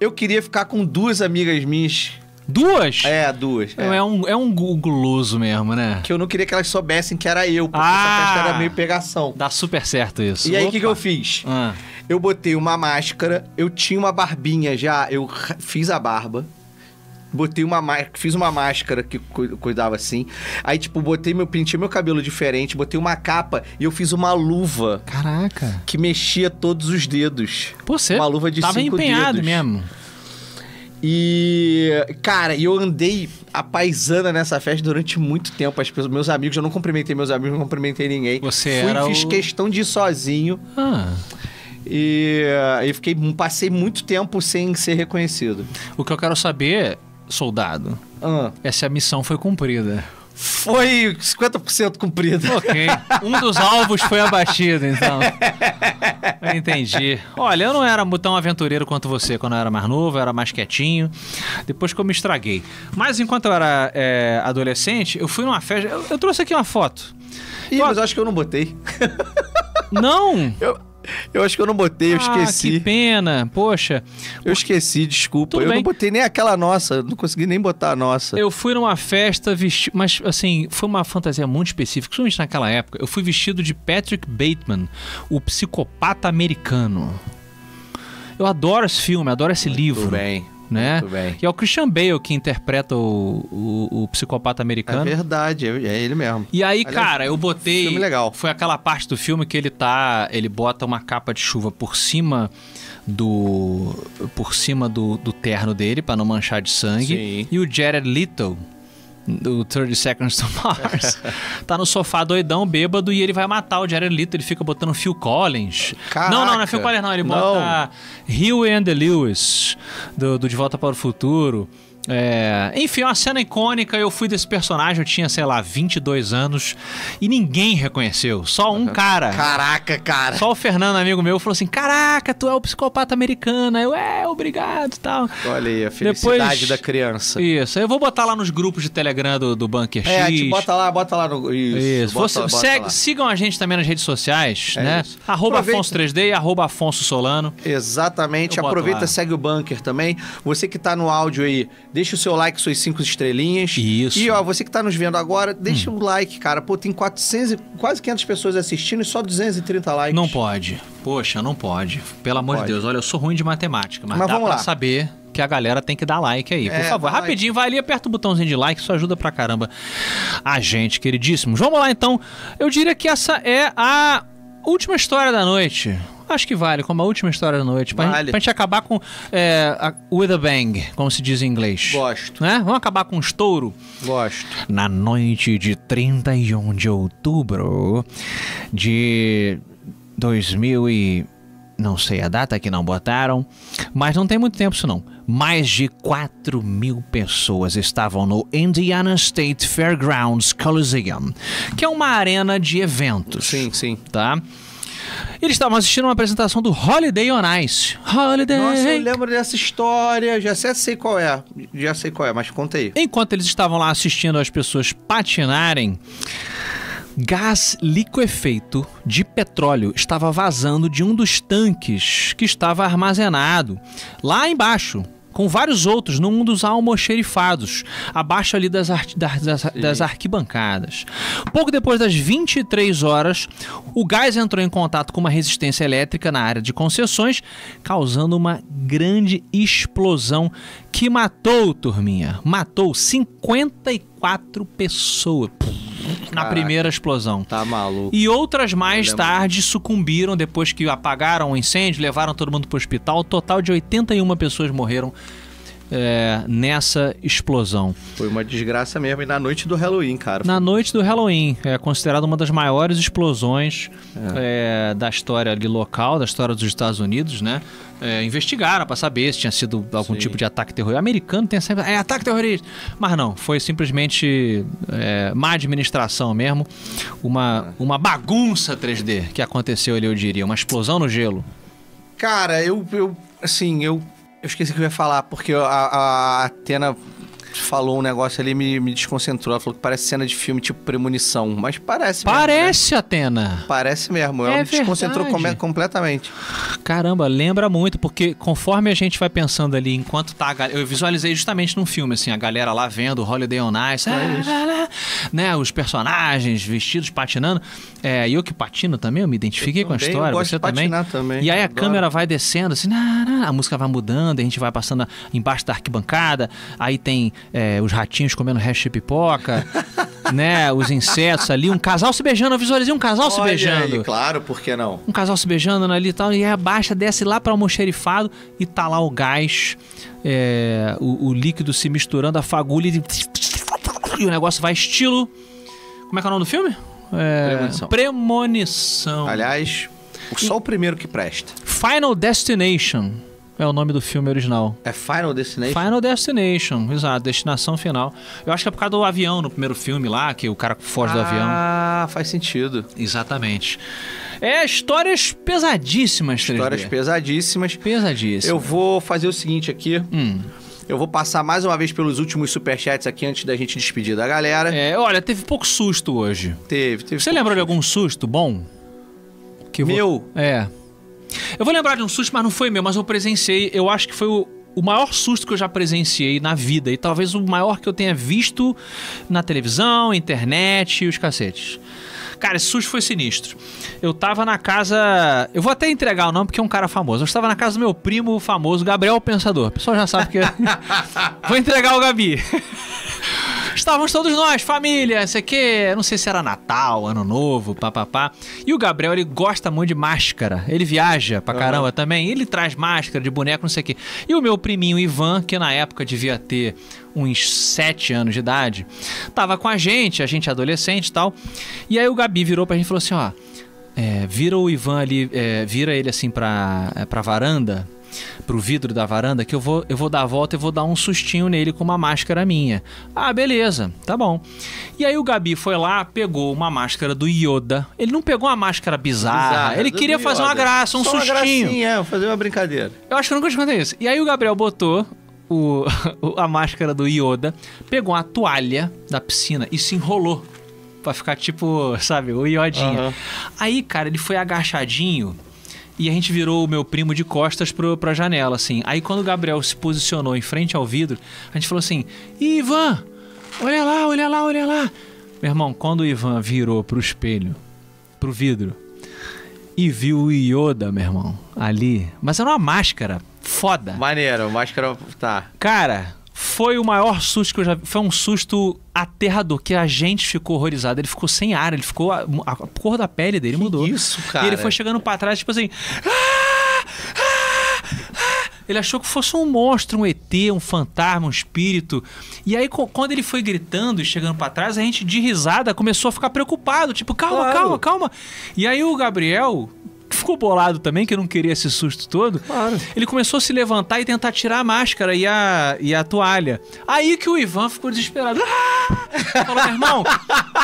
S3: eu queria ficar com duas amigas minhas.
S1: Duas?
S3: É, duas.
S1: É, um, é um gu- guloso mesmo, né?
S3: Que eu não queria que elas soubessem que era eu, porque
S1: Ah!
S3: essa festa era meio pegação.
S1: Dá super certo isso.
S3: E aí, o
S1: Opa.
S3: que, que eu fiz?
S1: Ah.
S3: Eu botei uma máscara, eu tinha uma barbinha já, eu ra- fiz a barba. Botei uma máscara, fiz uma máscara que cu- cuidava assim. Aí, tipo, botei meu, pintei meu cabelo diferente, botei uma capa e eu fiz uma luva
S1: Caraca.
S3: que mexia todos os dedos.
S1: Pô, você
S3: Uma luva de
S1: tava
S3: cinco
S1: empenhado
S3: dedos.
S1: mesmo.
S3: E, cara, eu andei a paisana nessa festa durante muito tempo. As pessoas, meus amigos, eu não cumprimentei meus amigos, não cumprimentei ninguém.
S1: Você
S3: Fui,
S1: era
S3: fiz
S1: o-
S3: questão de ir sozinho
S1: Ah.
S3: e, e fiquei, um, passei muito tempo sem ser reconhecido.
S1: O que eu quero saber, soldado,
S3: Ah.
S1: é se a missão foi cumprida.
S3: Foi 50% cumprida.
S1: Ok. Um dos alvos foi abatido, então. Eu Entendi. Olha, eu não era mu- tão aventureiro quanto você quando eu era mais novo, eu era mais quietinho. Depois que eu me estraguei. Mas enquanto eu era é, adolescente, eu fui numa festa. Eu, eu trouxe aqui uma foto.
S3: Ih, mas eu acho que eu não botei.
S1: Não!
S3: Eu, eu acho que eu não botei, eu
S1: Ah, que
S3: esqueci.
S1: pena. Poxa.
S3: Eu esqueci, desculpa.
S1: Tudo
S3: eu
S1: bem.
S3: não botei nem aquela nossa, eu não consegui nem botar a nossa.
S1: Eu fui numa festa vestido. Mas, assim, foi uma fantasia muito específica, principalmente naquela época. Eu fui vestido de Patrick Bateman, o psicopata americano. Eu adoro esse filme, adoro esse livro.
S3: Tudo bem.
S1: Né?
S3: Muito bem.
S1: E é o Christian Bale que interpreta o, o, o psicopata
S3: É
S1: americano.
S3: verdade, é, é ele mesmo.
S1: E aí,
S3: Aliás,
S1: cara, eu botei.
S3: filme legal.
S1: Foi aquela parte do filme que ele tá. Ele bota uma capa de chuva por cima do. Por cima do, do terno dele, pra não manchar de sangue.
S3: Sim.
S1: E o Jared Leto. Do 30 Seconds to Mars. tá no sofá doidão, bêbado, e ele vai matar o Jared Leto. Ele fica botando Phil Collins.
S3: Caraca.
S1: Não, não, não é Phil Collins, não. Ele
S3: Não.
S1: bota Hill and the Lewis, do, do De Volta para o Futuro. É, enfim, é uma cena icônica. Eu fui desse personagem, eu tinha, sei lá, 22 anos e ninguém reconheceu. Só um cara.
S3: Caraca, Uhum. cara.
S1: Só o Fernando, amigo meu, falou assim: Caraca, tu é o psicopata americana. Eu, é, obrigado e tal.
S3: Olha aí, a felicidade da criança.
S1: Isso, eu vou botar lá nos grupos de Telegram do, do Bunker
S3: É,
S1: X.
S3: te bota lá, bota lá no. Isso.
S1: Isso.
S3: Bota,
S1: Você-
S3: bota
S1: segue-
S3: lá.
S1: sigam a gente também nas redes sociais,
S3: É
S1: né?
S3: isso.
S1: Arroba
S3: Aproveita.
S1: Afonso 3D e arroba Afonso Solano.
S3: Exatamente.
S1: Eu boto
S3: Aproveita,
S1: lá.
S3: segue o bunker também. Você que tá no áudio aí, deixa o seu like, suas cinco estrelinhas.
S1: Isso.
S3: E ó, você que tá nos vendo agora, deixa o like, cara. Pô, tem 400, e- quase 500 pessoas assistindo e só 230 likes.
S1: Não pode. Poxa, não pode. Pelo amor de
S3: pode.
S1: Deus, olha, eu sou ruim de matemática, mas,
S3: Mas
S1: dá
S3: vamos
S1: pra
S3: lá.
S1: saber que a galera tem que dar like aí. Por
S3: É,
S1: favor,
S3: dá
S1: rapidinho, vai ali, aperta o botãozinho de like, isso ajuda pra caramba a gente, queridíssimos. Vamos lá então. Eu diria que essa é a última história da noite. Acho que vale, como a última história da noite. Pra,
S3: Vale.
S1: gente, pra gente acabar com é, a- with a bang, como se diz em inglês.
S3: Gosto.
S1: Né? Vamos acabar com um estouro.
S3: Gosto.
S1: Na noite de 31 de outubro de 2000 e... Não sei a data que não botaram, mas não tem muito tempo isso não. Mais de 4 mil pessoas estavam no Indiana State Fairgrounds Coliseum, que é uma arena de eventos.
S3: Sim, sim.
S1: Tá? Eles estavam assistindo uma apresentação do Holiday on Ice. Holiday!
S3: Nossa, eu lembro dessa história, já sei, sei qual é. Já sei qual é, mas conta aí.
S1: Enquanto eles estavam lá assistindo as pessoas patinarem, gás liquefeito de petróleo estava vazando de um dos tanques que estava armazenado lá embaixo. Com vários outros num dos almoxerifados, abaixo ali das, ar- das- das- das arquibancadas. Pouco depois das 23 horas, o gás entrou em contato com uma resistência elétrica na área de concessões, causando uma grande explosão que matou, turminha, matou 54 pessoas. Na
S3: Caraca.
S1: primeira explosão.
S3: Tá maluco.
S1: E outras mais
S3: lembro.
S1: tarde sucumbiram depois que apagaram o incêndio, levaram todo mundo para o hospital. Total de 81 pessoas morreram é, nessa explosão.
S3: Foi uma desgraça mesmo. E na noite do Halloween, cara.
S1: Na noite do Halloween, é considerada uma das maiores explosões é, da história ali local, da história dos Estados Unidos, né? É, investigaram para saber se tinha sido algum
S3: Sim.
S1: tipo de ataque terrorista. Americano tem sempre. É ataque terrorista! Mas não, foi simplesmente é, má administração mesmo. Uma, uma bagunça 3D que aconteceu ali, eu diria. Uma explosão no gelo.
S3: Cara, eu, eu assim, eu, eu esqueci o que eu ia falar, porque a, a Atena falou um negócio ali e me, me desconcentrou. Ela falou que parece cena de filme tipo Premonição, mas parece mesmo, né?
S1: Parece, Atena!
S3: Parece mesmo. Ela
S1: É
S3: me desconcentrou
S1: verdade.
S3: come- completamente.
S1: Caramba, lembra muito, porque conforme a gente vai pensando ali, enquanto tá a galera. Eu visualizei justamente num filme, assim, a galera lá vendo o Holiday on Ice,
S3: É
S1: ah, lá, lá, né? Os personagens vestidos, patinando. É, eu que patino também, eu me identifiquei
S3: Eu
S1: com a
S3: também,
S1: história,
S3: eu gosto
S1: você
S3: de patinar também,
S1: E aí a
S3: adoro.
S1: câmera vai descendo, assim, na, na, a música vai mudando, a gente vai passando embaixo da arquibancada, aí tem é, os ratinhos comendo hash de pipoca, né? Os insetos ali, um casal se beijando, eu visualizei um casal se
S3: Olha
S1: beijando
S3: aí, claro, por que não?
S1: um casal se beijando ali e tal, e aí abaixa, desce lá para almoxerifado e tá lá o gás, é, o, o líquido se misturando, a fagulha e... e o negócio vai estilo. Como é que é o nome do filme? É,
S3: Premonição.
S1: Premonição.
S3: Aliás, só o primeiro que presta.
S1: Final Destination é o nome do filme original.
S3: É Final Destination?
S1: Final Destination, exato, destinação final. Eu acho que é por causa do avião no primeiro filme lá, que o cara foge do avião.
S3: Ah, faz sentido.
S1: Exatamente. É histórias pesadíssimas, 3D.
S3: Histórias pesadíssimas.
S1: pesadíssimas.
S3: Eu vou fazer o seguinte aqui.
S1: Hum.
S3: Eu vou passar mais uma vez pelos últimos superchats aqui antes da gente despedir da galera.
S1: É, olha, teve pouco susto hoje.
S3: Teve, teve.
S1: Você lembrou de algum susto bom? Que eu vou-
S3: Meu?
S1: É. Eu vou lembrar de um susto, mas não foi meu, mas eu presenciei. Eu acho que foi o, o maior susto que eu já presenciei na vida. E talvez o maior que eu tenha visto na televisão, internet e os cacetes. Cara, esse susto foi sinistro. Eu tava na casa. Eu vou até entregar o nome porque é um cara famoso. Eu estava na casa do meu primo famoso, Gabriel Pensador. O pessoal já sabe que. vou entregar o Gabi. Estávamos todos nós, família, não sei o quê. Não sei se era Natal, Ano Novo, papapá. E o Gabriel, ele gosta muito de máscara. Ele viaja pra caramba é também. Ele traz máscara de boneco, não sei o quê. E o meu priminho Ivan, que na época devia ter uns 7 anos de idade, tava com a gente, a gente adolescente e tal. E aí o Gabi virou pra gente e falou assim: ó, é, vira o Ivan ali, é, vira ele assim pra, é, pra varanda, pro vidro da varanda, que eu vou, eu vou dar a volta e vou dar um sustinho nele com uma máscara minha. Ah, beleza, tá bom. E aí o Gabi foi lá, pegou uma máscara do Yoda. Ele não pegou uma máscara bizarra,
S3: Bizarra,
S1: Ah, ele
S3: do
S1: queria fazer uma
S3: Yoda.
S1: graça, um
S3: Só
S1: sustinho.
S3: Uma gracinha, vou fazer uma brincadeira.
S1: Eu acho que eu nunca te contei isso. E aí o Gabriel botou o, o- a máscara do Yoda, pegou uma toalha da piscina e se enrolou. Pra ficar tipo, sabe, o iodinha.
S3: Aham.
S1: Aí, cara, ele foi agachadinho e a gente virou o meu primo de costas pro, pra janela, assim. Aí quando o Gabriel se posicionou em frente ao vidro, a gente falou assim: "Ih, Ivan, olha lá, olha lá, olha lá. Meu irmão, quando o Ivan virou pro espelho, pro vidro, e viu o Yoda, meu irmão, ali. Mas era uma máscara foda.
S3: Maneiro, máscara. Tá.
S1: Cara, foi o maior susto que eu já vi. Foi um susto aterrador, que a gente ficou horrorizado. Ele ficou sem ar, ele ficou. A, a- a cor da pele dele mudou.
S3: isso, cara?
S1: E ele foi chegando pra trás, tipo assim. "Ah! Ah! Ah!" Ele achou que fosse um monstro, um ET, um fantasma, um espírito. E aí, co- quando ele foi gritando e chegando pra trás, a gente de risada começou a ficar preocupado. Tipo, calma,
S3: Claro.
S1: calma, calma. E aí o Gabriel que ficou bolado também, que não queria esse susto todo,
S3: Claro.
S1: ele começou a se levantar e tentar tirar a máscara e a, e a toalha. Aí que o Ivan ficou desesperado. Ah! Falou, meu irmão,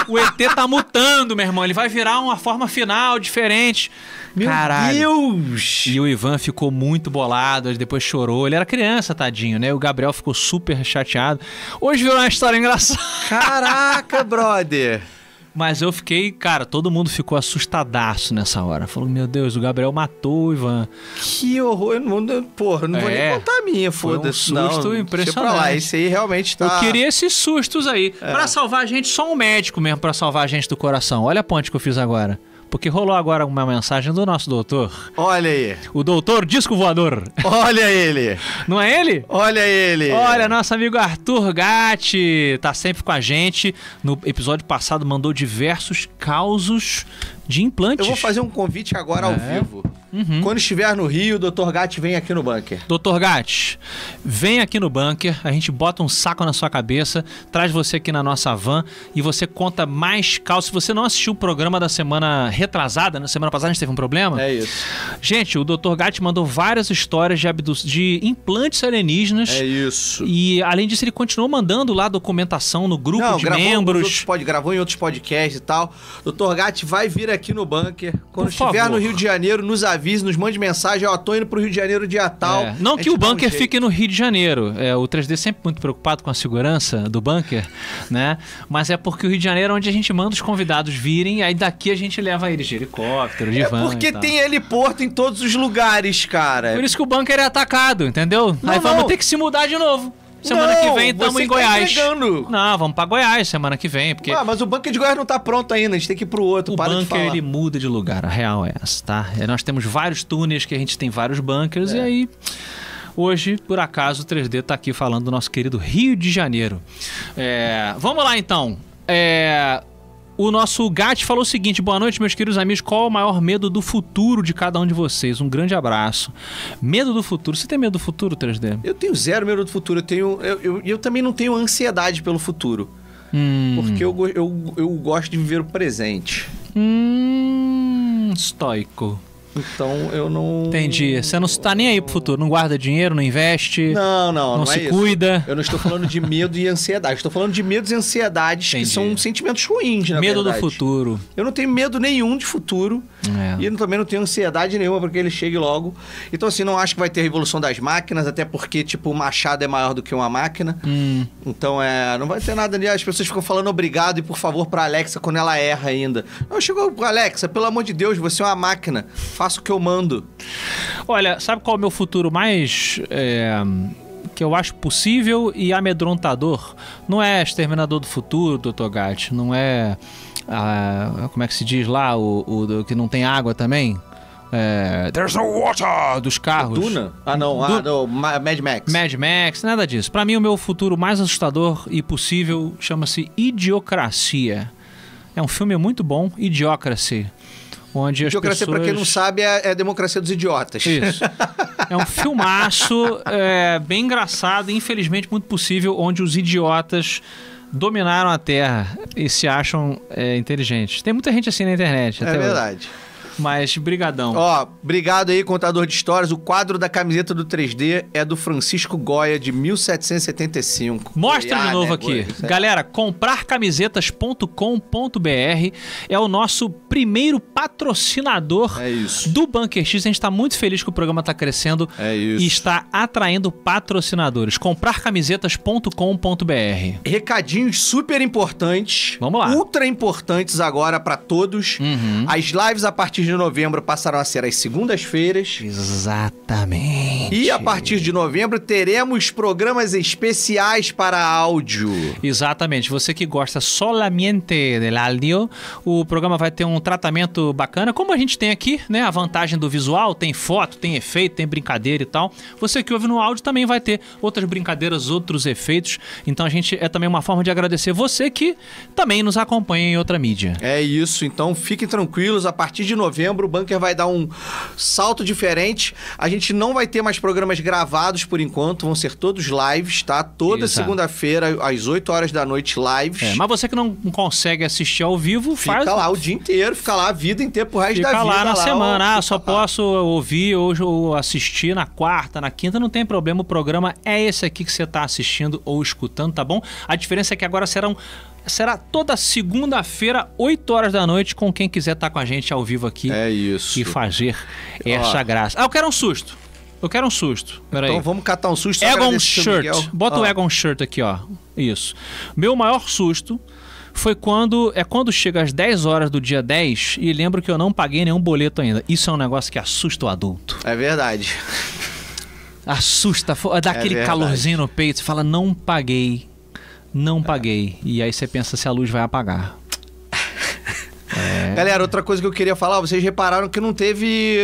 S1: o ET tá mutando, meu irmão. Ele vai virar uma forma final diferente. Caralho.
S3: Deus!
S1: E o Ivan ficou muito bolado, ele depois chorou. Ele era criança, tadinho, né? O Gabriel ficou super chateado. Hoje virou uma história engraçada.
S3: Caraca, brother!
S1: Mas eu fiquei, cara, todo mundo ficou assustadaço nessa hora. Falou, meu Deus, o Gabriel matou o Ivan.
S3: Que horror, eu não, porra, eu não vou
S1: É.
S3: nem contar a minha,
S1: Foi um
S3: foda-se.
S1: susto
S3: não, deixa pra
S1: impressionante.
S3: lá, esse aí realmente tá... É.
S1: Eu queria esses sustos aí. Pra salvar a gente, só um médico mesmo pra salvar a gente do coração. Olha a ponte que eu fiz agora. Porque rolou agora uma mensagem do nosso doutor.
S3: Olha aí,
S1: O doutor disco voador.
S3: olha ele,
S1: Não é ele?
S3: olha ele.
S1: Olha, nosso amigo Arthur Gatti tá sempre com a gente. No episódio passado mandou diversos causos de implantes.
S3: Eu vou fazer um convite agora ao vivo.
S1: É. Uhum.
S3: Quando estiver no Rio, o Dr. Gatti vem aqui no bunker.
S1: Doutor Gatti, vem aqui no bunker, a gente bota um saco na sua cabeça, traz você aqui na nossa van e você conta mais causas. Se você não assistiu o programa da semana retrasada, na semana passada a gente teve um problema.
S3: É isso.
S1: Gente, o Dr. Gatti mandou várias histórias de, abdu- de implantes alienígenas.
S3: É isso.
S1: E além disso, ele continuou mandando lá documentação no grupo de
S3: gravou um
S1: membros.
S3: Em outros pod, gravou em outros podcasts e tal. Dr. Gatti vai vir aqui no bunker. Quando
S1: Por
S3: estiver
S1: favor.
S3: no Rio de Janeiro, nos avise, nos mande mensagem. Ó, tô indo pro Rio de Janeiro dia tal.
S1: É, Não
S3: A
S1: que
S3: gente
S1: o
S3: dá um
S1: bunker
S3: jeito.
S1: fique no Rio de Janeiro. É, o 3D sempre muito preocupado com a segurança do bunker, né? Mas é porque o Rio de Janeiro é onde a gente manda os convidados virem, aí daqui a gente leva eles de helicóptero, de
S3: É
S1: van. e
S3: porque
S1: tal.
S3: tem heliporto em todos os lugares,
S1: tá? Por
S3: cara.
S1: isso que o bunker é atacado, entendeu?
S3: Não,
S1: aí vamos
S3: não.
S1: ter que se mudar de novo. Semana
S3: Não,
S1: que vem
S3: você
S1: estamos em
S3: tá
S1: Goiás.
S3: entregando.
S1: Não, vamos pra Goiás semana que vem, porque
S3: Ah, mas o bunker de Goiás não tá pronto ainda. A gente tem que ir pro outro.
S1: O
S3: para de
S1: bunker
S3: falar.
S1: ele muda de lugar, a real é essa, tá? É, nós temos vários túneis que a gente tem vários bunkers
S3: É.
S1: e aí hoje, por acaso, o 3D tá aqui falando do nosso querido Rio de Janeiro. É, vamos lá então. É, o nosso Gat falou o seguinte: boa noite, meus queridos amigos. Qual é o maior medo do futuro de cada um de vocês? Um grande abraço. Medo do futuro. Você tem medo do futuro, 3D?
S3: Eu tenho zero medo do futuro. Eu tenho. Eu, eu, eu também não tenho ansiedade pelo futuro.
S1: Hum.
S3: Porque eu, go- eu, eu gosto de viver o presente.
S1: Hum. Estoico.
S3: Então eu não.
S1: Entendi. Você não tá nem aí pro futuro. Não guarda dinheiro, não investe.
S3: Não, não, não,
S1: Não
S3: é
S1: se
S3: isso.
S1: cuida.
S3: Eu não estou falando de medo e ansiedade. Estou falando de medos e ansiedades
S1: Entendi.
S3: que são sentimentos ruins, na
S1: medo
S3: É verdade.
S1: do futuro.
S3: Eu não tenho medo nenhum de futuro.
S1: É.
S3: E eu também não tenho ansiedade nenhuma porque ele chegue logo. Então, assim, não acho que vai ter revolução das máquinas, até porque, tipo, o machado é maior do que uma máquina.
S1: Hum.
S3: Então, é, não vai ter nada ali. As pessoas ficam falando obrigado e por favor pra Alexa quando ela erra ainda. Não, chegou, Alexa, pelo amor de Deus, você é uma máquina. Faça o que eu mando.
S1: Olha, sabe qual é o meu futuro mais. é, que eu acho possível e amedrontador? Não é Exterminador do Futuro, Dr. Gatti. Não é. ah, como é que se diz lá? O, o do- que não tem água também? É, There's no water! Dos carros.
S3: Duna? Ah, não. Ah,
S1: Du-
S3: não. Ma- Mad Max.
S1: Mad Max, nada disso. Pra mim, o meu futuro mais assustador e possível chama-se Idiocracia. É um filme muito bom, Idiocracy. Onde as
S3: Democracia, pra quem não
S1: pessoas-
S3: sabe, é, é a democracia dos idiotas.
S1: Isso. É um filmaço, é, bem engraçado, e, infelizmente muito possível, onde os idiotas dominaram a Terra e se acham é, inteligentes. Tem muita gente assim na internet. até
S3: É
S1: hoje.
S3: verdade.
S1: Mas brigadão.
S3: Ó, obrigado aí, contador de histórias. O quadro da camiseta do 3D é do Francisco Goya, de 1775.
S1: Mostra
S3: Goiá,
S1: de novo
S3: né?
S1: aqui.
S3: Goiá, isso aí.
S1: Galera, comprarcamisetas.com.br é o nosso primeiro patrocinador
S3: É isso.
S1: do Bunker X. A gente está muito feliz que o programa está crescendo
S3: É
S1: e
S3: isso.
S1: está atraindo patrocinadores. comprarcamisetas.com.br
S3: Recadinhos super importantes.
S1: Vamos lá.
S3: Ultra importantes agora pra todos.
S1: Uhum.
S3: As lives a partir de novembro passaram a ser às segundas-feiras.
S1: Exatamente.
S3: E a partir de novembro teremos programas especiais para áudio.
S1: Exatamente. Você que gosta solamente del audio, o programa vai ter um tratamento bacana, como a gente tem aqui, né? A vantagem do visual, tem foto, tem efeito, tem brincadeira e tal. Você que ouve no áudio também vai ter outras brincadeiras, outros efeitos. Então a gente é também uma forma de agradecer você que também nos acompanha em outra mídia.
S3: É isso, então fiquem tranquilos. A partir de novembro, o Bunker vai dar um salto diferente. A gente não vai ter mais programas gravados por enquanto, vão ser todos lives, tá? Toda
S1: Exato.
S3: segunda-feira, às 8 horas da noite, lives.
S1: É, mas você que não consegue assistir ao vivo,
S3: Fica
S1: faz.
S3: lá o dia inteiro, fica lá a vida inteira pro resto da
S1: Fica
S3: vida.
S1: lá na semana.
S3: ó,
S1: Ah, só
S3: fica tá lá.
S1: posso ouvir hoje ou assistir na quarta, na quinta, não tem problema. O programa é esse aqui que você está assistindo ou escutando, tá bom? A diferença é que agora serão. Será toda segunda-feira, 8 horas da noite, com quem quiser estar com a gente ao vivo aqui
S3: É isso.
S1: e fazer essa graça. Ah, eu quero um susto. Eu quero um susto. Peraí.
S3: Então vamos catar um susto.
S1: Egon
S3: agradecer ao
S1: Shirt.
S3: Miguel. Ah,
S1: Bota o
S3: Ó,
S1: Egon Shirt aqui, ó. Isso. Meu maior susto foi quando é quando chega às 10 horas do dia 10 e lembro que eu não paguei nenhum boleto ainda. Isso é um negócio que assusta o adulto.
S3: É verdade.
S1: Assusta, fo- dá aquele
S3: É verdade.
S1: calorzinho no peito, você fala não paguei. Não
S3: É.
S1: paguei. E aí você pensa se a luz vai apagar. É.
S3: Galera, outra coisa que eu queria falar, vocês repararam que não teve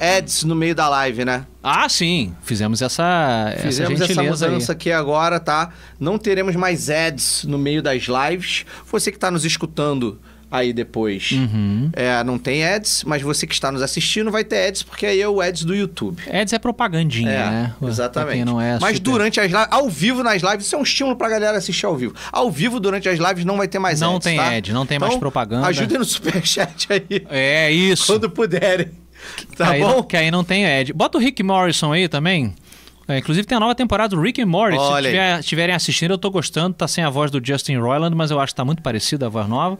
S3: eh, ads no meio da live, né?
S1: Ah, sim, fizemos essa
S3: Fizemos
S1: essa
S3: essa,
S1: gentileza
S3: mudança
S1: aí.
S3: aqui agora, tá? Não teremos mais ads no meio das lives. Você que tá nos escutando aí depois,
S1: Uhum.
S3: é, não tem ads, mas você que está nos assistindo vai ter ads, porque aí é o ads do YouTube.
S1: Ads é propagandinha, né? Pra
S3: Exatamente.
S1: quem não é
S3: Mas
S1: super-
S3: durante as lives, ao vivo nas lives, isso é um estímulo pra galera assistir ao vivo. Ao vivo, durante as lives, não vai ter mais
S1: Não
S3: ads,
S1: tem
S3: tá?
S1: ad, não tem
S3: Então,
S1: mais propaganda.
S3: Ajudem no superchat aí,
S1: É isso.
S3: quando puderem. Tá
S1: aí Não,
S3: bom?
S1: que aí não tem Ed. Bota o Rick Morrison aí também. É, inclusive tem a nova temporada do Rick and Morty. Se
S3: Olha aí.
S1: tiver- estiverem assistindo, eu tô gostando. Tá sem a voz do Justin Roiland, mas eu acho que tá muito parecida a voz nova.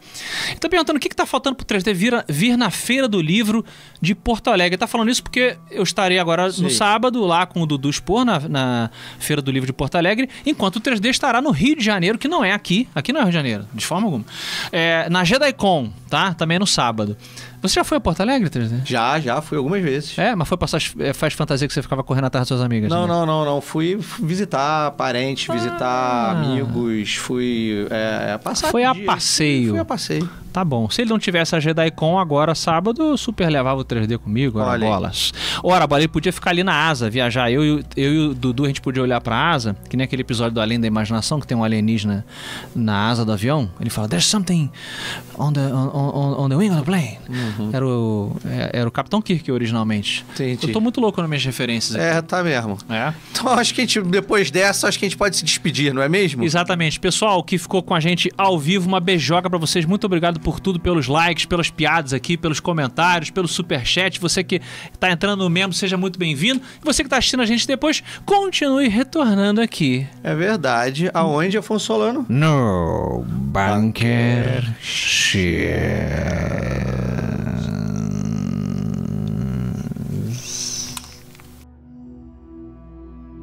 S1: E tá perguntando o que, que tá faltando pro 3D vir, vir na Feira do Livro de Porto Alegre. Tá falando isso porque eu estarei agora no sábado lá com o Dudu Spor na, na Feira do Livro de Porto Alegre, enquanto o 3D estará no Rio de Janeiro, que não é aqui. Aqui não é Rio de Janeiro, de forma alguma. É, na JediCon, tá? Também no sábado. Você já foi a Porto Alegre, 3D?
S3: Já, já, fui algumas vezes.
S1: É, mas foi passar as- é, faz fantasia que você ficava correndo atrás das suas amigas.
S3: Não,
S1: né?
S3: não, não, não. Fui visitar parentes, visitar amigos, fui é, passar.
S1: Ah. Foi a
S3: dias.
S1: passeio.
S3: Fui a passeio.
S1: Tá bom. Se ele não tivesse a JediCon agora, sábado, eu super levava o 3D comigo, era
S3: Olha aí.
S1: bolas. Ora, bola, ele podia ficar ali na asa, viajar. Eu, e o- eu e o Dudu, a gente podia olhar pra asa, que nem aquele episódio do Além da Imaginação, que tem um alienígena na asa do avião. Ele fala, there's something on the, on, on- on the wing of the plane. Era, o, é- era o Capitão Kirk originalmente.
S3: Uhum. Entendi.
S1: Eu tô muito louco nas minhas referências aqui.
S3: É, tá mesmo.
S1: É.
S3: Então acho que a gente, depois dessa, acho que a gente pode se despedir, não é mesmo?
S1: Exatamente. Pessoal que ficou com a gente ao vivo, uma beijoca pra vocês. Muito obrigado por tudo, pelos likes, pelas piadas aqui, pelos comentários, pelo superchat. Você que tá entrando no membro, seja muito bem-vindo. E você que tá assistindo a gente depois, continue retornando aqui.
S3: É verdade. Aonde, Afonso Solano?
S1: No Bunker Share.